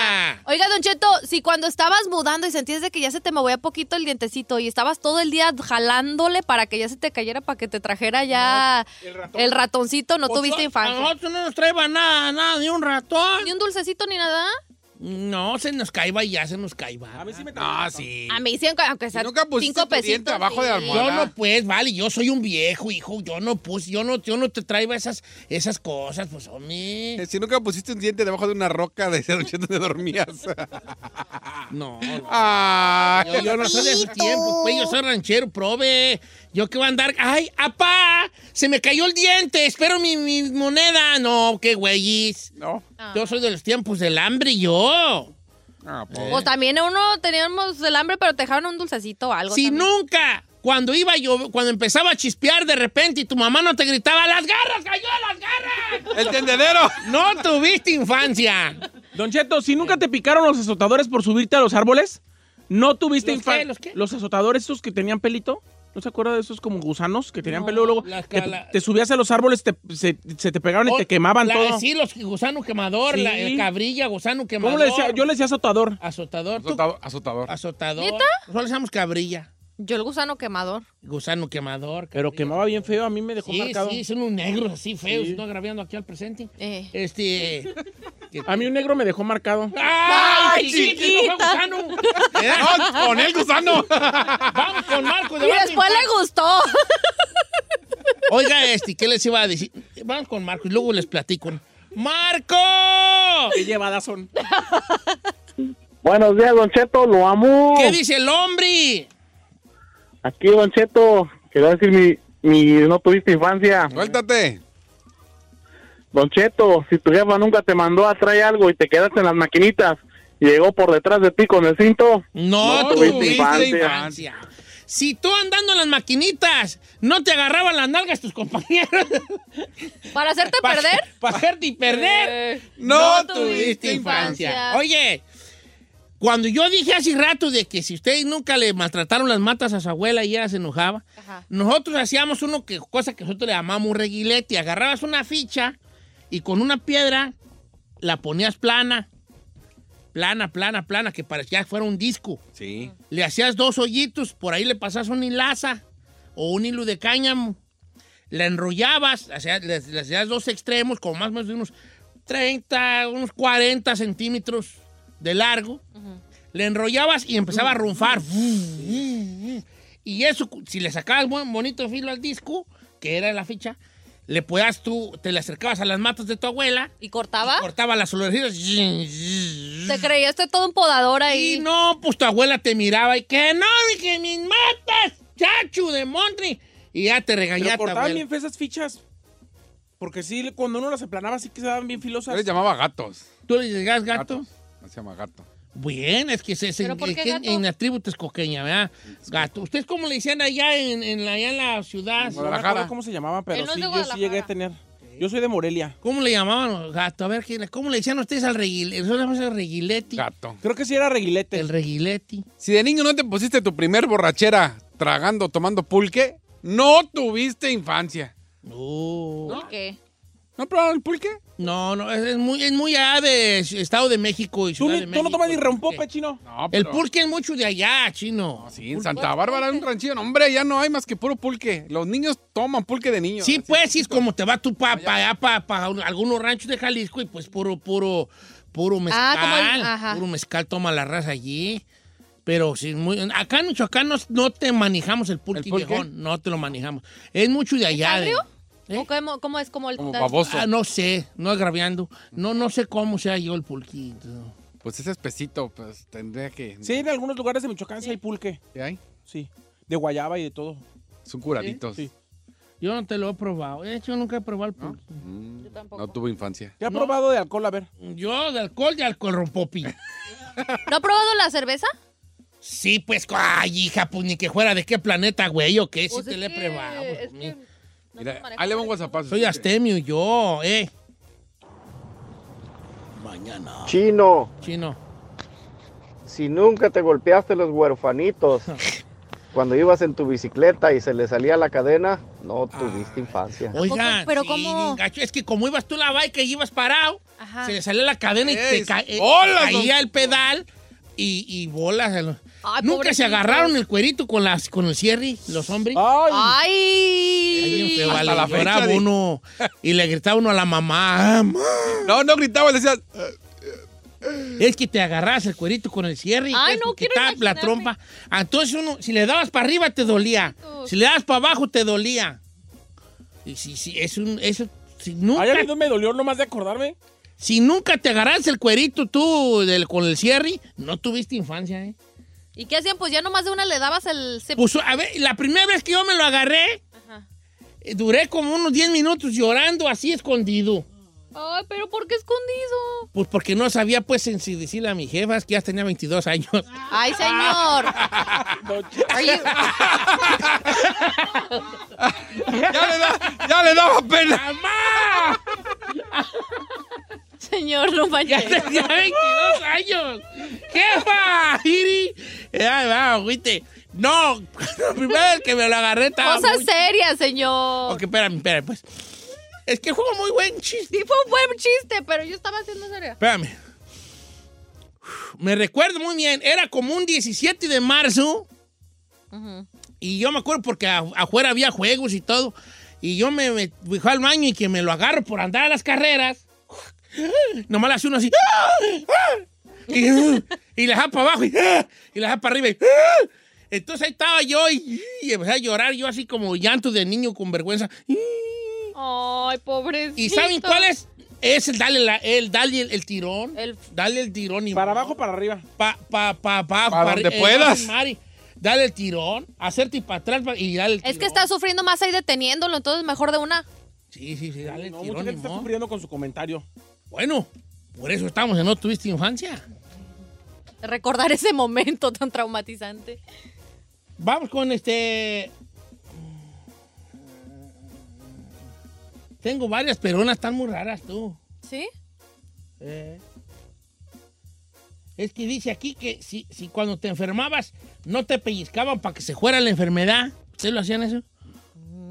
[SPEAKER 5] Oiga, Don Cheto, si cuando estabas mudando y sentías de que ya se te movía poquito el dientecito y estabas todo el día jalándole para que ya se te cayera, para que te trajera ya el, ratoncito, no
[SPEAKER 3] Pues,
[SPEAKER 5] tuviste
[SPEAKER 3] a-
[SPEAKER 5] infancia.
[SPEAKER 3] A nosotros no nos traeba nada, nada, ni un ratón.
[SPEAKER 5] Ni un dulcecito ni nada.
[SPEAKER 3] No, se nos caiba y ya se nos caiba. A mí sí me No, sí.
[SPEAKER 5] A mí sí, aunque- Ah, aunque sea cinco pesitos. sí.
[SPEAKER 3] Yo no, pues, vale, yo soy un viejo, hijo. Yo no puse, yo no, yo no te traiba esas, esas cosas, pues, hombre.
[SPEAKER 4] eh, Si nunca pusiste un diente debajo de una roca de ese donde dormías.
[SPEAKER 3] No,
[SPEAKER 4] Ah,
[SPEAKER 3] Yo, yo no soy de ese tiempo, pues yo soy ranchero, prove. Yo que voy a andar. ¡Ay, apá! Se me cayó el diente, espero mi, mi moneda. No, qué güeyis.
[SPEAKER 4] No.
[SPEAKER 5] Ah.
[SPEAKER 3] Yo soy de los tiempos del hambre, yo.
[SPEAKER 4] Ah, pues.
[SPEAKER 3] Eh.
[SPEAKER 5] O Pues también uno teníamos el hambre, pero te dejaron un dulcecito o algo.
[SPEAKER 3] Si
[SPEAKER 5] también.
[SPEAKER 3] nunca, cuando iba yo, cuando empezaba a chispear de repente y tu mamá no te gritaba, ¡las garras, cayó las garras!
[SPEAKER 4] ¡El tendedero!
[SPEAKER 3] ¡No tuviste infancia!
[SPEAKER 6] Don Cheto, si nunca te picaron los azotadores por subirte a los árboles, no tuviste
[SPEAKER 3] ¿Los
[SPEAKER 6] infancia.
[SPEAKER 3] qué? ¿Los qué?
[SPEAKER 6] azotadores esos que tenían pelito. ¿No se acuerda de esos como gusanos que tenían
[SPEAKER 3] No,
[SPEAKER 6] pelo? Luego
[SPEAKER 3] la-
[SPEAKER 6] te,
[SPEAKER 3] la-
[SPEAKER 6] te subías a los árboles, te- se, se te pegaban y
[SPEAKER 3] Oh,
[SPEAKER 6] te quemaban
[SPEAKER 3] la-
[SPEAKER 6] todo.
[SPEAKER 3] Sí, los gusano quemador,
[SPEAKER 6] Sí.
[SPEAKER 3] la el cabrilla, gusano quemador.
[SPEAKER 6] ¿Cómo le decía? Yo le decía azotador.
[SPEAKER 3] Azotador. ¿Tú?
[SPEAKER 4] Azotador.
[SPEAKER 3] Azotador.
[SPEAKER 5] ¿Neta?
[SPEAKER 3] Solo usamos cabrilla.
[SPEAKER 5] Yo el gusano quemador.
[SPEAKER 3] Gusano quemador.
[SPEAKER 6] Pero quemaba bien feo, a mí me dejó
[SPEAKER 3] Sí,
[SPEAKER 6] marcado.
[SPEAKER 3] sí, son unos negros así feos,
[SPEAKER 6] Sí.
[SPEAKER 3] no agraviando aquí al presente.
[SPEAKER 5] Eh.
[SPEAKER 3] Este.
[SPEAKER 6] A mí un negro me dejó marcado.
[SPEAKER 3] ¡Ay, Eh,
[SPEAKER 6] ¡Ay,
[SPEAKER 3] chiquito!
[SPEAKER 6] chiquita!
[SPEAKER 3] ¡Gusano!
[SPEAKER 6] ¡No, con el gusano!
[SPEAKER 3] Vamos con Marco de
[SPEAKER 5] Y
[SPEAKER 3] Banda
[SPEAKER 5] después
[SPEAKER 3] Infantil.
[SPEAKER 5] le gustó.
[SPEAKER 3] Oiga, este, ¿qué les iba a decir? Vamos con Marco y luego les platico. ¡Marco!
[SPEAKER 6] ¡Qué llevadas son!
[SPEAKER 9] Buenos días, Don Cheto, lo amo.
[SPEAKER 3] ¿Qué dice el hombre?
[SPEAKER 9] Aquí, Don Cheto, quería decir mi, mi no tuviste infancia.
[SPEAKER 4] Suéltate.
[SPEAKER 9] Don Cheto, si tu jefa nunca te mandó a traer algo y te quedaste en las maquinitas y llegó por detrás de ti con el cinto,
[SPEAKER 3] No, tuviste infancia. Si tú andando en las maquinitas no te agarraban las nalgas tus compañeros
[SPEAKER 5] ¿Para hacerte
[SPEAKER 3] Pa-
[SPEAKER 5] perder? Eh,
[SPEAKER 3] Para hacerte y perder.
[SPEAKER 5] no tuviste infancia.
[SPEAKER 3] Oye, cuando yo dije hace rato de que si ustedes nunca le maltrataron las matas a su abuela y ella se enojaba, nosotros hacíamos uno que, cosa que nosotros le llamamos un reguilete. Agarrabas una ficha y con una piedra la ponías plana. Plana, plana, plana, que parecía que fuera un disco.
[SPEAKER 4] Sí.
[SPEAKER 3] Le hacías dos hoyitos, por ahí le pasas una hilaza o un hilo de cáñamo. La enrollabas, hacías- le, le hacías dos extremos, como más o menos de unos 30, unos 40 centímetros de largo. Le enrollabas y empezaba a ronfar. Y eso, si le sacabas buen bonito filo al disco, que era la ficha, le podías tú, te le acercabas a las matas de tu abuela,
[SPEAKER 5] ¿Y cortaba?
[SPEAKER 3] cortaba las orejitas.
[SPEAKER 5] Te creíste todo un podador ahí.
[SPEAKER 3] Y no, pues tu abuela te miraba y que no, y que mis matas, chachu de Montri. Y ya te
[SPEAKER 6] Pero
[SPEAKER 3] regañaba tu
[SPEAKER 6] cortaban
[SPEAKER 3] abuela.
[SPEAKER 6] bien feas esas fichas. Porque sí, cuando uno las aplanaba, sí quedaban bien
[SPEAKER 4] Yo
[SPEAKER 6] filosas.
[SPEAKER 4] les llamaba gatos.
[SPEAKER 3] ¿Tú le llegas gato?
[SPEAKER 4] Se llama gato.
[SPEAKER 3] Bien, es que se, se-
[SPEAKER 4] ¿Pero por
[SPEAKER 3] es
[SPEAKER 4] qué
[SPEAKER 3] que en,
[SPEAKER 4] gato?
[SPEAKER 3] en la tribu tezcoqueña, ¿verdad? Gato. ¿Ustedes cómo le decían allá en, en la, allá en la ciudad?
[SPEAKER 6] No me acuerdo cómo se llamaba, pero
[SPEAKER 3] Él no es
[SPEAKER 6] sí,
[SPEAKER 3] de
[SPEAKER 6] yo sí llegué a tener. Yo soy de Morelia.
[SPEAKER 3] ¿Cómo le llamaban gato? A ver, ¿qué le- ¿cómo le decían ustedes al reguilete? Nosotros llamamos al reguilete.
[SPEAKER 4] Gato.
[SPEAKER 6] Creo que sí era reguilete.
[SPEAKER 3] El reguilete.
[SPEAKER 4] Si de niño no te pusiste tu primer borrachera tragando, tomando pulque, no tuviste infancia.
[SPEAKER 3] No.
[SPEAKER 5] ¿Qué?
[SPEAKER 4] ¿No probaron el pulque?
[SPEAKER 3] No, no, es, es muy, es muy allá de Estado de México y
[SPEAKER 6] ¿Tú,
[SPEAKER 3] Ciudad
[SPEAKER 6] ni-
[SPEAKER 3] de
[SPEAKER 6] tú
[SPEAKER 3] México.
[SPEAKER 6] no tomas ni rompope,
[SPEAKER 3] ¿Qué?
[SPEAKER 6] chino?
[SPEAKER 4] No,
[SPEAKER 3] El
[SPEAKER 4] pero-
[SPEAKER 3] pulque es mucho de allá, chino.
[SPEAKER 4] Sí, en Santa Bárbara hay un ranchillo. No, hombre, ya no hay más que puro pulque. Los niños toman pulque de niños.
[SPEAKER 3] Sí, pues, sí, es como te va tu papá allá para algunos ranchos de Jalisco y pues puro, puro, puro mezcal.
[SPEAKER 5] como el- ajá.
[SPEAKER 3] puro mezcal toma la raza allí. Pero sí, muy, acá en Michoacán no, no te manejamos el pulque,
[SPEAKER 4] ¿El pulque?
[SPEAKER 3] viejón, no te lo manejamos. Es mucho de allá. de-
[SPEAKER 5] ¿O cómo, cómo es como el
[SPEAKER 3] Ah, no sé, no agraviando. No, no sé cómo sea yo el pulquito.
[SPEAKER 4] Pues ese espesito, pues tendría que.
[SPEAKER 6] Sí, en algunos lugares de Michoacán sí hay pulque.
[SPEAKER 4] ¿Qué hay?
[SPEAKER 6] Sí. De guayaba y de todo.
[SPEAKER 4] Son curaditos.
[SPEAKER 6] Sí.
[SPEAKER 3] Yo no te lo he probado. De hecho, nunca he probado el pulque.
[SPEAKER 4] Mm, no tuvo infancia.
[SPEAKER 6] ¿Te ha probado de alcohol? A ver.
[SPEAKER 3] Yo de alcohol, de alcohol rompopi.
[SPEAKER 5] ¿No ha probado la cerveza?
[SPEAKER 3] Sí,
[SPEAKER 5] Pues
[SPEAKER 3] pues, ay, hija, pues ni que fuera de qué planeta, güey, o qué, si te le he probado. pues, mi-
[SPEAKER 4] Mira, ahí le va un WhatsApp.
[SPEAKER 3] Soy Astemio, yo, eh.
[SPEAKER 14] Chino,
[SPEAKER 3] Chino.
[SPEAKER 14] si nunca te golpeaste los huerfanitos cuando ibas en tu bicicleta y se le salía la cadena, no
[SPEAKER 3] Ah.
[SPEAKER 14] tuviste infancia.
[SPEAKER 3] Oigan, pero como es que como ibas tú la bike y ibas parado, se le salía la cadena y te
[SPEAKER 4] Es.
[SPEAKER 3] ca- eh,
[SPEAKER 4] ¡Hola,
[SPEAKER 3] caía
[SPEAKER 4] don-
[SPEAKER 3] el pedal y, y bolas. en los- Nunca se
[SPEAKER 4] pobrecitos.
[SPEAKER 3] agarraron el cuerito con las con el cierre, los hombres.
[SPEAKER 5] ¡Ay!
[SPEAKER 3] Bien feo,
[SPEAKER 4] Hasta
[SPEAKER 3] vale,
[SPEAKER 4] la fecha,
[SPEAKER 3] lloraba
[SPEAKER 4] di-
[SPEAKER 3] uno y le gritaba uno a la mamá. "Mamá".
[SPEAKER 4] No, no gritaba, le decías.
[SPEAKER 3] Es que te agarras el cuerito con el cierre y
[SPEAKER 5] Ay,
[SPEAKER 3] pues,
[SPEAKER 5] no
[SPEAKER 3] porque
[SPEAKER 5] quiero
[SPEAKER 3] estaba la
[SPEAKER 5] imaginarme.
[SPEAKER 3] trompa. Entonces uno, si le dabas para arriba te dolía, si le dabas para abajo te dolía. Y si, si es un, eso, si nunca.
[SPEAKER 6] Ayer no me dolió nomás de acordarme.
[SPEAKER 3] Si nunca te agarras el cuerito tú del- con el cierre, no tuviste infancia, ¿eh?
[SPEAKER 5] ¿Y qué hacían? Pues ya nomás de una le dabas el... se-
[SPEAKER 3] Pues, a ver, la primera vez que yo me lo agarré, eh, duré como unos 10 minutos llorando así escondido.
[SPEAKER 5] Ay, pero ¿por qué escondido?
[SPEAKER 3] Pues porque no sabía, pues, en si decirle a mis jefas que ya tenía 22 años.
[SPEAKER 5] ¡Ay, señor! Ah.
[SPEAKER 4] ya, le da, ya le daba pena.
[SPEAKER 5] señor, no manches.
[SPEAKER 3] Ya tenía 22 años. ¡Jefa! ¡Iri! Eh, Ay, va, güite. No, la primera vez que me lo agarré estaba
[SPEAKER 5] Cosas
[SPEAKER 3] muy-
[SPEAKER 5] serias, señor.
[SPEAKER 3] Ok, espérame, espérame, pues. Es que fue muy buen chiste.
[SPEAKER 5] Sí, fue un buen chiste, pero yo estaba haciendo seria.
[SPEAKER 3] Espérame. Me recuerdo muy bien, era como un 17 de marzo
[SPEAKER 5] Ujú.
[SPEAKER 3] y yo me acuerdo porque a- afuera había juegos y todo y yo me, me fui al baño y que me lo agarro por andar a las carreras. Nomás le hace uno así. Y, y la deja para abajo y, y la deja para arriba. y, entonces ahí estaba yo y, y empecé a llorar yo así como llanto de niño con vergüenza.
[SPEAKER 5] Ay, pobrecito.
[SPEAKER 3] ¿Y saben cuál es? Es el darle, la- el, darle el, el tirón. Dale el tirón. Y para abajo,
[SPEAKER 6] para arriba.
[SPEAKER 3] Pa, pa, pa, pa,
[SPEAKER 4] Para donde
[SPEAKER 3] eh,
[SPEAKER 4] puedas.
[SPEAKER 3] Mari, dale el tirón, hacerte y para atrás pa- y dale el
[SPEAKER 5] Es
[SPEAKER 3] tirón.
[SPEAKER 5] que está sufriendo más ahí deteniéndolo, entonces mejor de una.
[SPEAKER 3] Sí, sí, sí, dale el
[SPEAKER 6] No,
[SPEAKER 3] tirón.
[SPEAKER 6] mucha gente
[SPEAKER 3] ni
[SPEAKER 6] está
[SPEAKER 3] modo.
[SPEAKER 6] sufriendo con su comentario.
[SPEAKER 3] Bueno, por eso estamos en No Tuviste Infancia.
[SPEAKER 5] Recordar ese momento tan traumatizante.
[SPEAKER 3] Vamos con este... Tengo varias, pero unas están muy raras, tú.
[SPEAKER 5] ¿Sí?
[SPEAKER 3] Eh. Es que dice aquí que si, si cuando te enfermabas no te pellizcaban para que se fuera la enfermedad. ¿Ustedes lo hacían eso?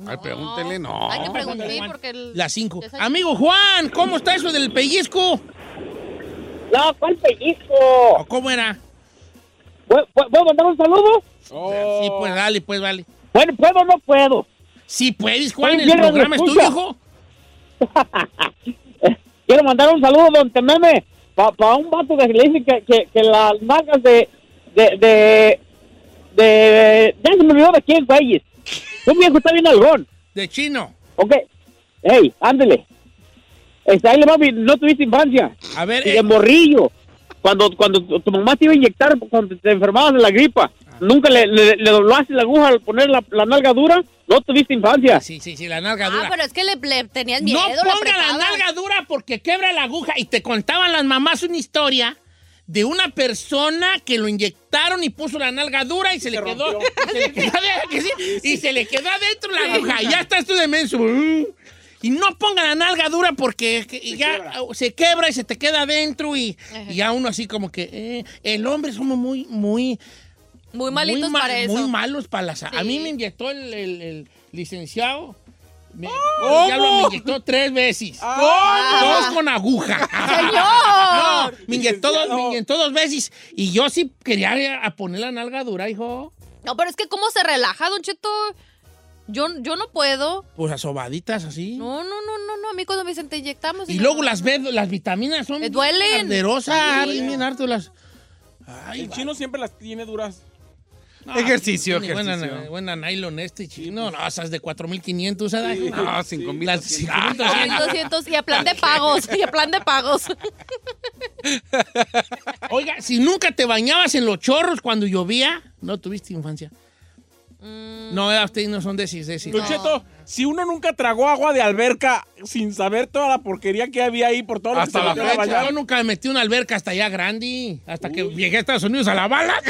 [SPEAKER 4] Ay, pregúntele, no.
[SPEAKER 5] Hay que preguntar porque el...
[SPEAKER 3] Las cinco.
[SPEAKER 5] Desayuno.
[SPEAKER 3] Amigo Juan, ¿cómo está eso del pellizco?
[SPEAKER 15] No, ¿cuál pellizco?
[SPEAKER 3] ¿Cómo era?
[SPEAKER 15] ¿Puedo, puedo mandar un saludo?
[SPEAKER 3] Sí,
[SPEAKER 6] Oh.
[SPEAKER 3] pues dale, pues vale.
[SPEAKER 15] Bueno, ¿puedo o no puedo?
[SPEAKER 3] Sí, puedes,
[SPEAKER 15] Oye,
[SPEAKER 3] Juan, el
[SPEAKER 15] ¿quién nos
[SPEAKER 3] programa es tuyo,
[SPEAKER 15] escucha?
[SPEAKER 3] hijo.
[SPEAKER 15] Quiero mandar un saludo, don Tememe, para un vato que le dice que, que, que las nalgas de, de, de, de- Ya se me olvidó de quién, güeyes. Un viejo está bien algón.
[SPEAKER 3] De chino.
[SPEAKER 15] Ok. Ey, ándele. Está ahí, le va mi- no tuviste infancia.
[SPEAKER 3] A ver,
[SPEAKER 15] Y
[SPEAKER 3] eh,
[SPEAKER 15] de morrillo. Cuando, cuando tu tu mamá te iba a inyectar, cuando te enfermabas de la gripa, nunca le, le, le doblaste la aguja al poner la, la nalga dura, no tuviste infancia.
[SPEAKER 3] Sí, sí, sí, la nalga
[SPEAKER 5] Ah, pero es que le, le tenías miedo.
[SPEAKER 3] No
[SPEAKER 5] le
[SPEAKER 3] ponga la
[SPEAKER 5] apretabas.
[SPEAKER 3] nalga dura porque quebra la aguja. Y te contaban las mamás una historia de una persona que lo inyectaron y puso la nalga dura y se, le quedó. y se le quedó adentro- que sí, Y se le quedó adentro la aguja. Y ya estás tú de menso. Y no ponga la nalga dura porque que- y ya uh, se quebra y se te queda adentro y, y ya uno así como que eh, el hombre somos muy, muy,
[SPEAKER 5] Muy malitos
[SPEAKER 3] ma-
[SPEAKER 5] para eso.
[SPEAKER 3] Muy malos para las... A
[SPEAKER 5] Sí.
[SPEAKER 3] mí me inyectó el, el- el licenciado. Me,
[SPEAKER 5] ¡Oh!
[SPEAKER 4] ¿Cómo?
[SPEAKER 3] Ya lo me inyectó tres veces.
[SPEAKER 4] Ah.
[SPEAKER 3] Dos- Dos con aguja.
[SPEAKER 5] ¡Señor!
[SPEAKER 3] No, me inyectó, dos, me inyectó dos veces. Y yo sí quería a- a poner la nalga dura, hijo.
[SPEAKER 5] No, pero es que cómo se relaja, don Cheto. Yo, yo no puedo.
[SPEAKER 3] Pues asobaditas así.
[SPEAKER 5] No, no, no, no, no. A mí cuando me dicen te inyectamos.
[SPEAKER 3] Y luego las, ved- las vitaminas son...
[SPEAKER 5] Me duelen.
[SPEAKER 3] Arderosas. ah,
[SPEAKER 5] Sí.
[SPEAKER 3] bien harto las...
[SPEAKER 6] el chino siempre las tiene duras.
[SPEAKER 3] No,
[SPEAKER 4] Ejercicio,
[SPEAKER 3] tiene buena-
[SPEAKER 4] ejercicio.
[SPEAKER 3] Buena, nylon este chino. No, esas de 4.500, ¿sabes?
[SPEAKER 4] Sí. No, 5,000.
[SPEAKER 3] Las 5,200.
[SPEAKER 5] 1200 y a plan de pagos. Y a plan de pagos.
[SPEAKER 3] Oiga, si nunca te bañabas en los chorros cuando llovía, no tuviste infancia. No, eh, ustedes no son de cis, de cis.
[SPEAKER 6] Don Cheto, si uno nunca tragó agua de alberca sin saber toda la porquería que había ahí por todo lo
[SPEAKER 3] Hasta
[SPEAKER 6] que se
[SPEAKER 3] la
[SPEAKER 6] metió a
[SPEAKER 3] fecha.
[SPEAKER 6] bañar.
[SPEAKER 3] Yo nunca me metí una alberca hasta allá grande. Hasta que llegué a Estados Unidos a la bala.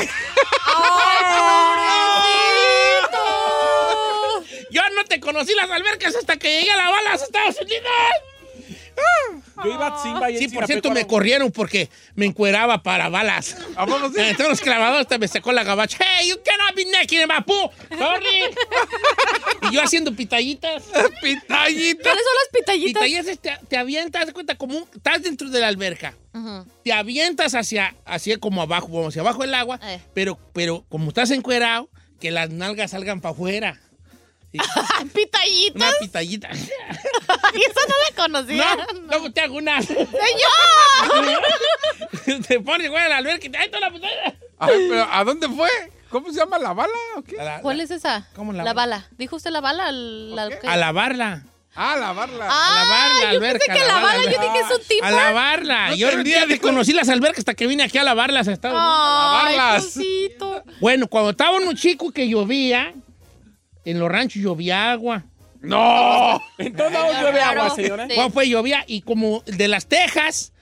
[SPEAKER 3] yo no no te conocí las albercas hasta que llegué a La Habana, a Estados Unidos.
[SPEAKER 6] Yo iba sin Valle,
[SPEAKER 3] Sí,
[SPEAKER 6] sin
[SPEAKER 3] por
[SPEAKER 6] Apeco,
[SPEAKER 3] cierto,
[SPEAKER 6] a la-
[SPEAKER 3] me corrieron porque me encueraba para balas. ¿A poco sí? Entonces Eh, los clavadores hasta me sacó la gabacha. ¡Hey, you cannot be naked in my pool! Sorry. y yo haciendo pitallitas. ¿Pitallitas?
[SPEAKER 5] ¿Cuáles son las pitallitas?
[SPEAKER 3] Pitallitas es te, te avientas, haz de cuenta, como un- estás dentro de la alberca. Te avientas hacia, hacia como abajo, como hacia abajo el agua,
[SPEAKER 5] Eh.
[SPEAKER 3] pero, pero como estás encuerado, que las nalgas salgan para afuera.
[SPEAKER 5] Ah, ¿Pitallitas?
[SPEAKER 3] Una pitallita.
[SPEAKER 5] Y eso no la conocía.
[SPEAKER 3] No, luego te hago una.
[SPEAKER 5] ¡Señor!
[SPEAKER 3] te pones güey, a la alberca y te- ¡Ay, toda la putalla!
[SPEAKER 4] Ay, pero ¿a dónde fue? ¿Cómo se llama la bala o qué?
[SPEAKER 5] ¿Cuál es esa?
[SPEAKER 3] ¿Cómo
[SPEAKER 5] la,
[SPEAKER 3] la
[SPEAKER 5] bala? ¿Dijo usted la bala? La-
[SPEAKER 3] A lavarla.
[SPEAKER 4] Ah, lavarla.
[SPEAKER 5] Ah,
[SPEAKER 3] a lavar la
[SPEAKER 5] yo pensé
[SPEAKER 3] alberca.
[SPEAKER 5] que la bala, yo dije, es un tipo.
[SPEAKER 3] A lavarla.
[SPEAKER 5] No
[SPEAKER 3] yo
[SPEAKER 5] te
[SPEAKER 3] ya te conocí las albercas hasta que vine aquí a lavarlas. A Estados
[SPEAKER 5] Ah.
[SPEAKER 3] Unidos. A
[SPEAKER 5] Ay,
[SPEAKER 3] lavarlas.
[SPEAKER 5] cosito.
[SPEAKER 3] Bueno, cuando estaba un chico que llovía, en los ranchos llovía agua. ¡No! En
[SPEAKER 6] todos lados llueve agua, señora.
[SPEAKER 5] este,
[SPEAKER 3] Bueno, pues llovía y como de las tejas,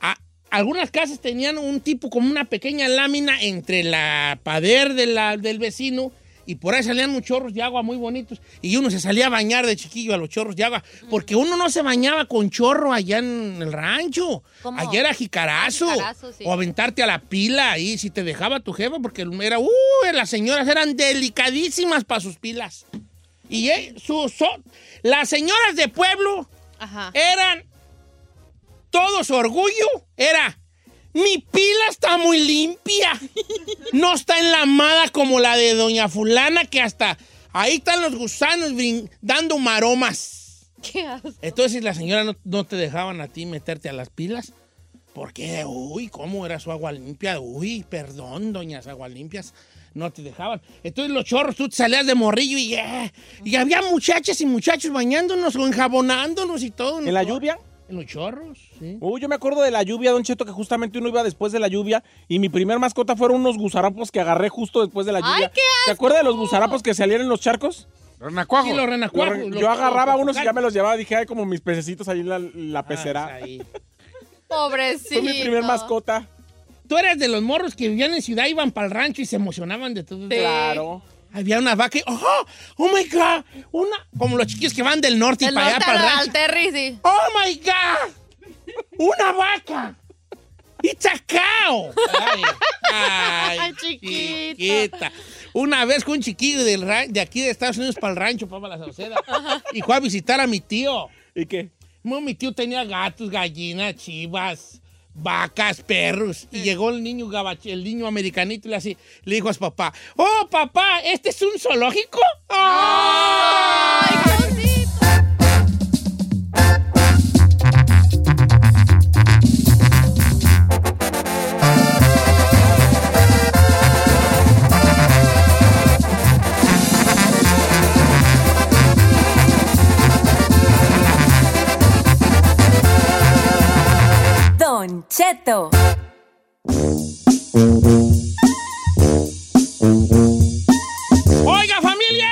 [SPEAKER 3] a- algunas casas tenían un tipo como una pequeña lámina entre la pader de la- del vecino y por ahí salían unos chorros de agua muy bonitos y uno se salía a bañar de chiquillo a los chorros de agua porque uno no se bañaba con chorro allá en el rancho.
[SPEAKER 5] ¿Cómo? Ah,
[SPEAKER 3] Allá era jicarazo.
[SPEAKER 5] Jicarazo, sí.
[SPEAKER 3] O aventarte a la pila ahí si te dejaba tu jefa porque era, uh, las señoras eran delicadísimas para sus pilas. Y eh, su- so- las señoras de pueblo
[SPEAKER 5] Ajá.
[SPEAKER 3] Eh, eran todo su orgullo era mi pila está muy limpia. No está enlamada como la de doña fulana que hasta ahí están los gusanos brin- dando maromas.
[SPEAKER 5] ¿Qué haces?
[SPEAKER 3] Entonces la señora no, no te dejaban a ti meterte a las pilas. Porque, uy, cómo era su agua limpia. Uy, perdón, doñas aguas limpias. No te dejaban. Entonces los chorros, tú te salías de morrillo y, eh, y había muchachas y muchachos bañándonos o enjabonándonos y todo.
[SPEAKER 6] ¿En la lluvia?
[SPEAKER 3] En los chorros, sí.
[SPEAKER 6] Uy, yo me acuerdo de la lluvia, Don Cheto, que justamente uno iba después de la lluvia y mi primer mascota fueron unos gusarapos que agarré justo después de la
[SPEAKER 3] ¡Ay,
[SPEAKER 6] lluvia.
[SPEAKER 3] qué
[SPEAKER 6] ¿Te acuerdas de los gusarapos que salían en los charcos?
[SPEAKER 4] Renacuajos.
[SPEAKER 3] Sí, los renacuajos,
[SPEAKER 6] Yo,
[SPEAKER 3] los-
[SPEAKER 6] agarraba
[SPEAKER 3] los
[SPEAKER 6] unos y ya
[SPEAKER 3] cocales. pues
[SPEAKER 6] me los llevaba, dije, ay, como mis pececitos ahí en la, la
[SPEAKER 3] Ah,
[SPEAKER 6] pecera.
[SPEAKER 5] Pobrecito.
[SPEAKER 6] Fue mi primer mascota.
[SPEAKER 3] Tú eras de los morros que vivían en ciudad, iban para el rancho y se emocionaban de todo.
[SPEAKER 6] Sí. Claro.
[SPEAKER 3] Había una vaca y, ¡oh! ¡Oh my God! Una, como los chiquillos que van del norte y
[SPEAKER 5] El
[SPEAKER 3] para allá,
[SPEAKER 5] norte
[SPEAKER 3] para el
[SPEAKER 5] al,
[SPEAKER 3] rancho.
[SPEAKER 5] al Terry, sí.
[SPEAKER 3] ¡Oh, my God! ¡Una vaca! ¡Y chacao! Ay, ay,
[SPEAKER 5] Ay, chiquito.
[SPEAKER 3] chiquita. Una vez con un chiquillo del ra- de aquí de Estados Unidos para el rancho, para la Sauceda, y fue a visitar a mi tío.
[SPEAKER 6] ¿Y qué?
[SPEAKER 3] No, mi tío tenía gatos, gallinas, chivas, vacas, perros. Y llegó el niño gabache, el niño americanito, y le, así, le dijo a su papá, ¡Oh, papá, este es un zoológico! ¡Ay,
[SPEAKER 8] Don Cheto.
[SPEAKER 3] ¡Oiga, familia!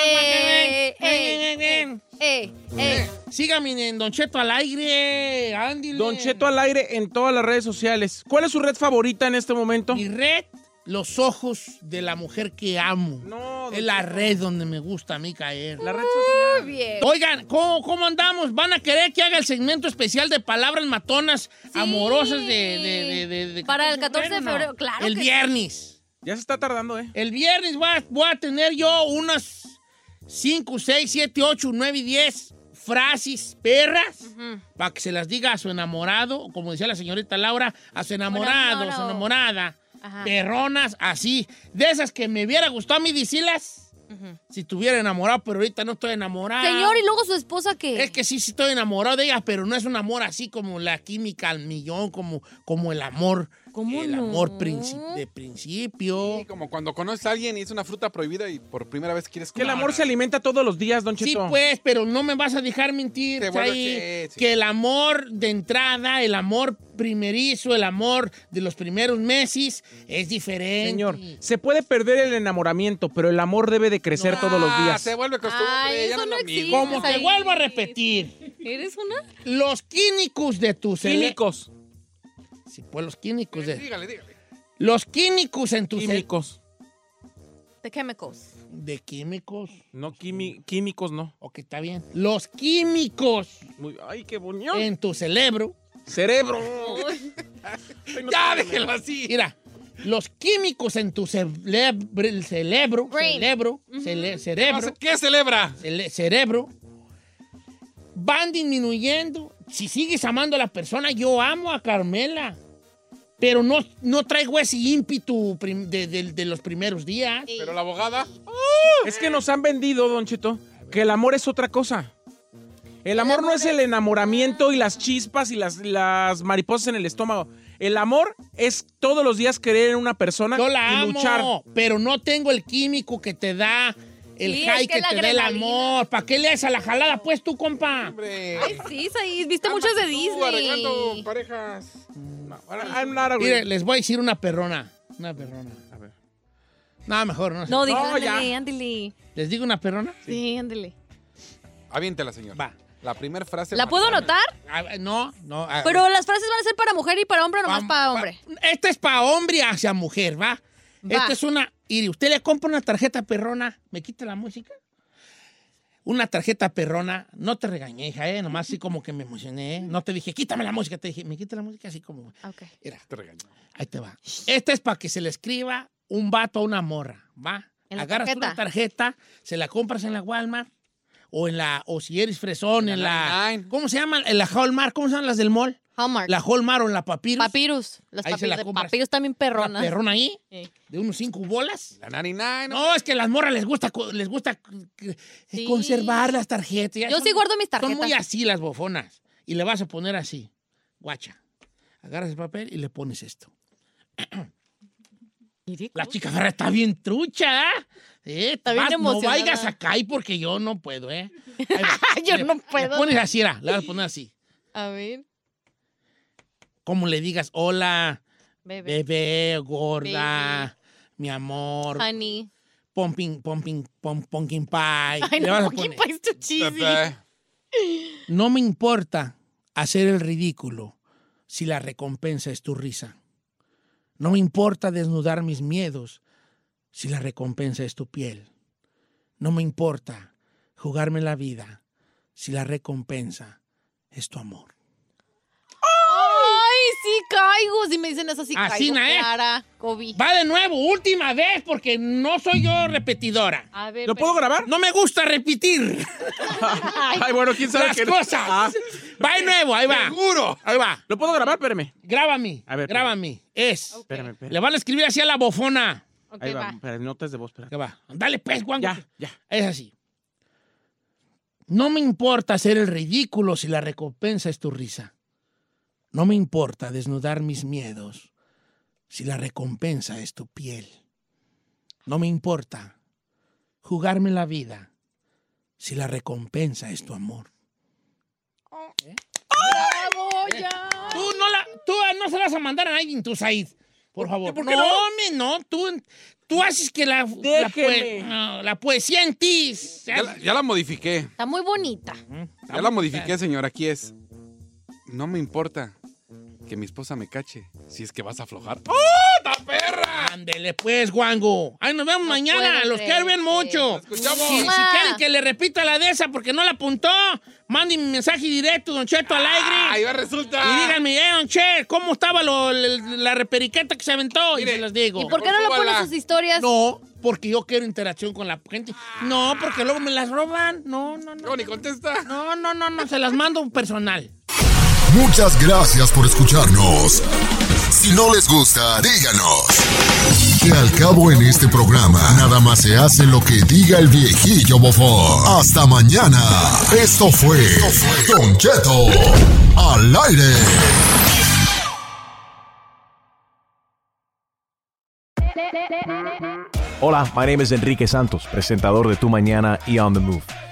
[SPEAKER 5] Eh, eh, eh, eh.
[SPEAKER 3] Sígame en Don Cheto al aire, Ándile.
[SPEAKER 6] Don Cheto al aire en todas las redes sociales. ¿Cuál es su red favorita en este momento?
[SPEAKER 3] Mi red, los ojos de la mujer que amo.
[SPEAKER 6] No,
[SPEAKER 3] es la red donde me gusta a mí caer.
[SPEAKER 6] La red
[SPEAKER 5] Muy bien.
[SPEAKER 3] Oigan, ¿cómo, cómo andamos? ¿Van a querer que haga el segmento especial de palabras matonas amorosas de, de- de- de- de-
[SPEAKER 5] Para el 14 de
[SPEAKER 3] No, no.
[SPEAKER 5] febrero, claro.
[SPEAKER 3] El
[SPEAKER 5] que-
[SPEAKER 3] viernes.
[SPEAKER 6] Ya se está tardando, ¿eh?
[SPEAKER 3] El viernes voy a, voy a tener yo unas 5, 6, 7, 8, 9 y 10 frases perras
[SPEAKER 5] Ujú.
[SPEAKER 3] para que se las diga a su enamorado, o como decía la señorita Laura, a su enamorado, a su
[SPEAKER 5] enamorado.
[SPEAKER 3] enamorada.
[SPEAKER 5] Ajá.
[SPEAKER 3] Perronas, así. De esas que me hubiera gustado a mí decirlas
[SPEAKER 5] Ujú.
[SPEAKER 3] si estuviera enamorado, pero ahorita no estoy enamorado.
[SPEAKER 5] Señor, y luego su esposa que.
[SPEAKER 3] Es que sí, sí estoy enamorado de ella, pero no es un amor así como la química al millón, como, como el amor.
[SPEAKER 5] ¿Cómo
[SPEAKER 3] el
[SPEAKER 5] no?
[SPEAKER 3] amor princi- de principio.
[SPEAKER 4] Sí, como cuando conoces a alguien y es una fruta prohibida y por primera vez quieres
[SPEAKER 6] Que el amor se alimenta todos los días, Don
[SPEAKER 3] Sí,
[SPEAKER 6] Cheto.
[SPEAKER 3] pues, pero no me vas a dejar mentir,
[SPEAKER 4] Te vuelves-
[SPEAKER 3] Saí,
[SPEAKER 4] sí, sí.
[SPEAKER 3] que el amor de entrada, el amor primerizo, el amor de los primeros meses es diferente.
[SPEAKER 6] Señor, se puede perder el enamoramiento, pero el amor debe de crecer todos los
[SPEAKER 4] Ah,
[SPEAKER 6] días.
[SPEAKER 4] se vuelve costumbre.
[SPEAKER 5] Ay,
[SPEAKER 4] ya
[SPEAKER 5] eso
[SPEAKER 4] no
[SPEAKER 5] no
[SPEAKER 4] es lo mismo.
[SPEAKER 5] existe.
[SPEAKER 3] Como te
[SPEAKER 5] Saí.
[SPEAKER 3] vuelvo a repetir,
[SPEAKER 5] ¿Eres una?
[SPEAKER 3] los químicos de tu cerebro.
[SPEAKER 6] Químicos.
[SPEAKER 3] Sí, pues los químicos de...
[SPEAKER 4] Dígale, dígale.
[SPEAKER 3] Los químicos en tu cerebro.
[SPEAKER 6] Químicos.
[SPEAKER 5] The Chemicals.
[SPEAKER 3] ¿De químicos?
[SPEAKER 6] No, químicos no.
[SPEAKER 3] Ok, está bien. Los químicos
[SPEAKER 6] ay, qué bonito.
[SPEAKER 3] en tu cerebro.
[SPEAKER 6] Cerebro.
[SPEAKER 3] ya, déjelo así. Mira, los químicos en tu cerebro, el cerebro, cerebro, cele- cerebro.
[SPEAKER 4] ¿Qué celebra?
[SPEAKER 3] cele- cerebro, van disminuyendo. Si sigues amando a la persona, yo amo a Carmela, pero no, no traigo ese ímpetu prim- de, de- de los primeros días.
[SPEAKER 4] Pero la abogada.
[SPEAKER 6] Es que nos han vendido, Don Cheto, que el amor es otra cosa. El amor no es el enamoramiento y las chispas y las, las mariposas en el estómago. El amor es todos los días querer en una persona
[SPEAKER 3] Yo la
[SPEAKER 6] y
[SPEAKER 3] amo,
[SPEAKER 6] luchar.
[SPEAKER 3] pero no tengo el químico que te da, el
[SPEAKER 5] Sí, es
[SPEAKER 3] high
[SPEAKER 5] que
[SPEAKER 3] que,
[SPEAKER 5] la
[SPEAKER 3] te da el
[SPEAKER 5] adrenalina.
[SPEAKER 3] amor. ¿Para qué le haces a la jalada, pues, tú, compa?
[SPEAKER 5] Ay, sí, Said,
[SPEAKER 3] Ah,
[SPEAKER 5] viste muchas de Disney.
[SPEAKER 4] parejas.
[SPEAKER 6] I'm not a-
[SPEAKER 3] Mire, les voy a decir una perrona. Una perrona. A ver. No, mejor no.
[SPEAKER 5] No, dijo,
[SPEAKER 3] ya.
[SPEAKER 5] ándale, ándale.
[SPEAKER 3] ¿Les digo una perrona?
[SPEAKER 5] Sí, ándale.
[SPEAKER 4] Aviéntela, señor. Va. La primera frase.
[SPEAKER 5] ¿La puedo anotar?
[SPEAKER 3] Ah, No, no. ah,
[SPEAKER 5] Pero las frases van a ser para mujer y para hombre, nomás para hombre.
[SPEAKER 3] Esta es para hombre hacia mujer, ¿va? Esta es una. Y usted le compra una tarjeta perrona. ¿Me quita la música? Una tarjeta perrona. No te regañé, hija, ¿eh? Nomás así como que me emocioné. ¿eh? No te dije, quítame la música. Te dije, me quita la música así como.
[SPEAKER 5] Ok.
[SPEAKER 3] Mira,
[SPEAKER 4] Te regaño.
[SPEAKER 3] ahí te va. Esta es para que se le escriba un vato a una morra, ¿va?
[SPEAKER 5] En la
[SPEAKER 3] Agarras tú
[SPEAKER 5] tarjeta.
[SPEAKER 3] la tarjeta, se la compras en la Walmart o en la. O si eres fresón, en la. ¿Cómo se llaman? En la Hallmark. ¿Cómo se llaman las del mall?
[SPEAKER 5] Hallmark.
[SPEAKER 3] La Hallmark o en la Papyrus.
[SPEAKER 5] Papyrus. Las
[SPEAKER 3] Ahí se la
[SPEAKER 5] papirus, de
[SPEAKER 3] compras.
[SPEAKER 5] papirus también perronas.
[SPEAKER 3] Una perrona ahí.
[SPEAKER 5] Sí.
[SPEAKER 3] De unos cinco bolas.
[SPEAKER 4] La 99.
[SPEAKER 3] No, es que a las morras les gusta, co- les gusta c- c- conservar las tarjetas. Ya
[SPEAKER 5] Yo sí guardo mis
[SPEAKER 3] Son muy
[SPEAKER 5] tarjetas.
[SPEAKER 3] así las bofonas. Y le vas a poner así. Guacha. Agarras el papel y le pones esto. La chica Ferrara está bien trucha, ¿eh? Eh,
[SPEAKER 5] bien
[SPEAKER 3] vas- no
[SPEAKER 5] emocionada.
[SPEAKER 3] vayas acá y porque yo no puedo, ¿eh? Ahí va.
[SPEAKER 5] Yo
[SPEAKER 3] Le-
[SPEAKER 5] no
[SPEAKER 3] Le
[SPEAKER 5] puedo.
[SPEAKER 3] pones así, era. Le vas a poner así.
[SPEAKER 5] A ver,
[SPEAKER 3] Como le digas, hola,
[SPEAKER 5] bebé.
[SPEAKER 3] bebé, gorda, mi amor,
[SPEAKER 5] Honey.
[SPEAKER 3] pumpkin, pumpkin, pum- pumpkin pie.
[SPEAKER 5] Ay,
[SPEAKER 3] Le vas
[SPEAKER 5] no,
[SPEAKER 3] a
[SPEAKER 5] pumpkin
[SPEAKER 3] poner,
[SPEAKER 5] pie is too cheesy.
[SPEAKER 3] No me importa hacer el ridículo si la recompensa es tu risa. No me importa desnudar mis miedos si la recompensa es tu piel. No me importa jugarme la vida si la recompensa es tu amor.
[SPEAKER 5] Ay, sí caigo. Si me dicen eso, sí
[SPEAKER 3] Así,
[SPEAKER 5] caigo.
[SPEAKER 3] ¿no, eh?
[SPEAKER 5] Clara, Kobe.
[SPEAKER 3] Va de nuevo, última vez, porque no soy yo repetidora.
[SPEAKER 5] A ver. pues, pero-
[SPEAKER 6] grabar?
[SPEAKER 3] No me gusta repetir.
[SPEAKER 6] Ay, bueno, quién sabe
[SPEAKER 3] Las
[SPEAKER 6] qué-
[SPEAKER 3] cosas.
[SPEAKER 6] Ah.
[SPEAKER 3] Va de nuevo, ahí va.
[SPEAKER 6] Seguro.
[SPEAKER 3] Ahí va.
[SPEAKER 6] ¿Lo puedo grabar? Espérame.
[SPEAKER 3] Grábame.
[SPEAKER 6] A ver,
[SPEAKER 3] Grábame. Es.
[SPEAKER 6] Espérame, espérame.
[SPEAKER 3] Le van a escribir así a la bofona.
[SPEAKER 5] Ok,
[SPEAKER 6] Ahí va,
[SPEAKER 5] va.
[SPEAKER 6] espérame, notas de voz, espérame.
[SPEAKER 3] Que va. Dale, pez, guango.
[SPEAKER 6] Ya, ya.
[SPEAKER 3] Es así. No me importa hacer el ridículo si la recompensa es tu risa. No me importa desnudar mis miedos si la recompensa es tu piel. No me importa jugarme la vida si la recompensa es tu amor.
[SPEAKER 5] ¡Bravo, ya!
[SPEAKER 3] Tú no, la, tú ah, no se las vas a mandar a nadie, tú, Said. Por favor.
[SPEAKER 6] por
[SPEAKER 3] no,
[SPEAKER 6] qué no?
[SPEAKER 3] hombre, no. Tú, tú haces que la, la,
[SPEAKER 6] Déjeme.
[SPEAKER 3] no, la poesía en ti. se
[SPEAKER 4] Ya,
[SPEAKER 3] hace-
[SPEAKER 4] la- ya la modifiqué.
[SPEAKER 5] Está muy bonita.
[SPEAKER 4] Ya la modifiqué, señor. Aquí es. No me importa que mi esposa me cache si es que vas a aflojar.
[SPEAKER 3] Ándele pues, guango. Ay, nos vemos mañana.
[SPEAKER 5] puedo
[SPEAKER 3] Los
[SPEAKER 5] creer.
[SPEAKER 3] quiero bien mucho. Si,
[SPEAKER 4] escuchamos.
[SPEAKER 3] si
[SPEAKER 5] Ma.
[SPEAKER 3] quieren que le repita la de esa porque no la apuntó, manden mi mensaje directo, Don Cheto, al aire.
[SPEAKER 4] Ahí va, resulta.
[SPEAKER 3] Y díganme, eh, Don Che, ¿cómo estaba lo- la, la reperiqueta que se aventó? y se los digo.
[SPEAKER 5] ¿Y por qué no lo ponen
[SPEAKER 4] Súbala.
[SPEAKER 5] sus historias?
[SPEAKER 3] No, porque yo quiero interacción con la gente. No, porque luego me las roban. No, no, no.
[SPEAKER 4] No, ni contesta.
[SPEAKER 3] No, no, no, no. Se las mando personal.
[SPEAKER 13] Muchas gracias por escucharnos. Si no les gusta, díganos. Que al cabo en este programa, nada más se hace lo que diga el viejillo bofón. Hasta mañana. Esto fue Don Cheto al aire.
[SPEAKER 16] Hola, my name is Enrique Santos, presentador de Tu Mañana y On the Move.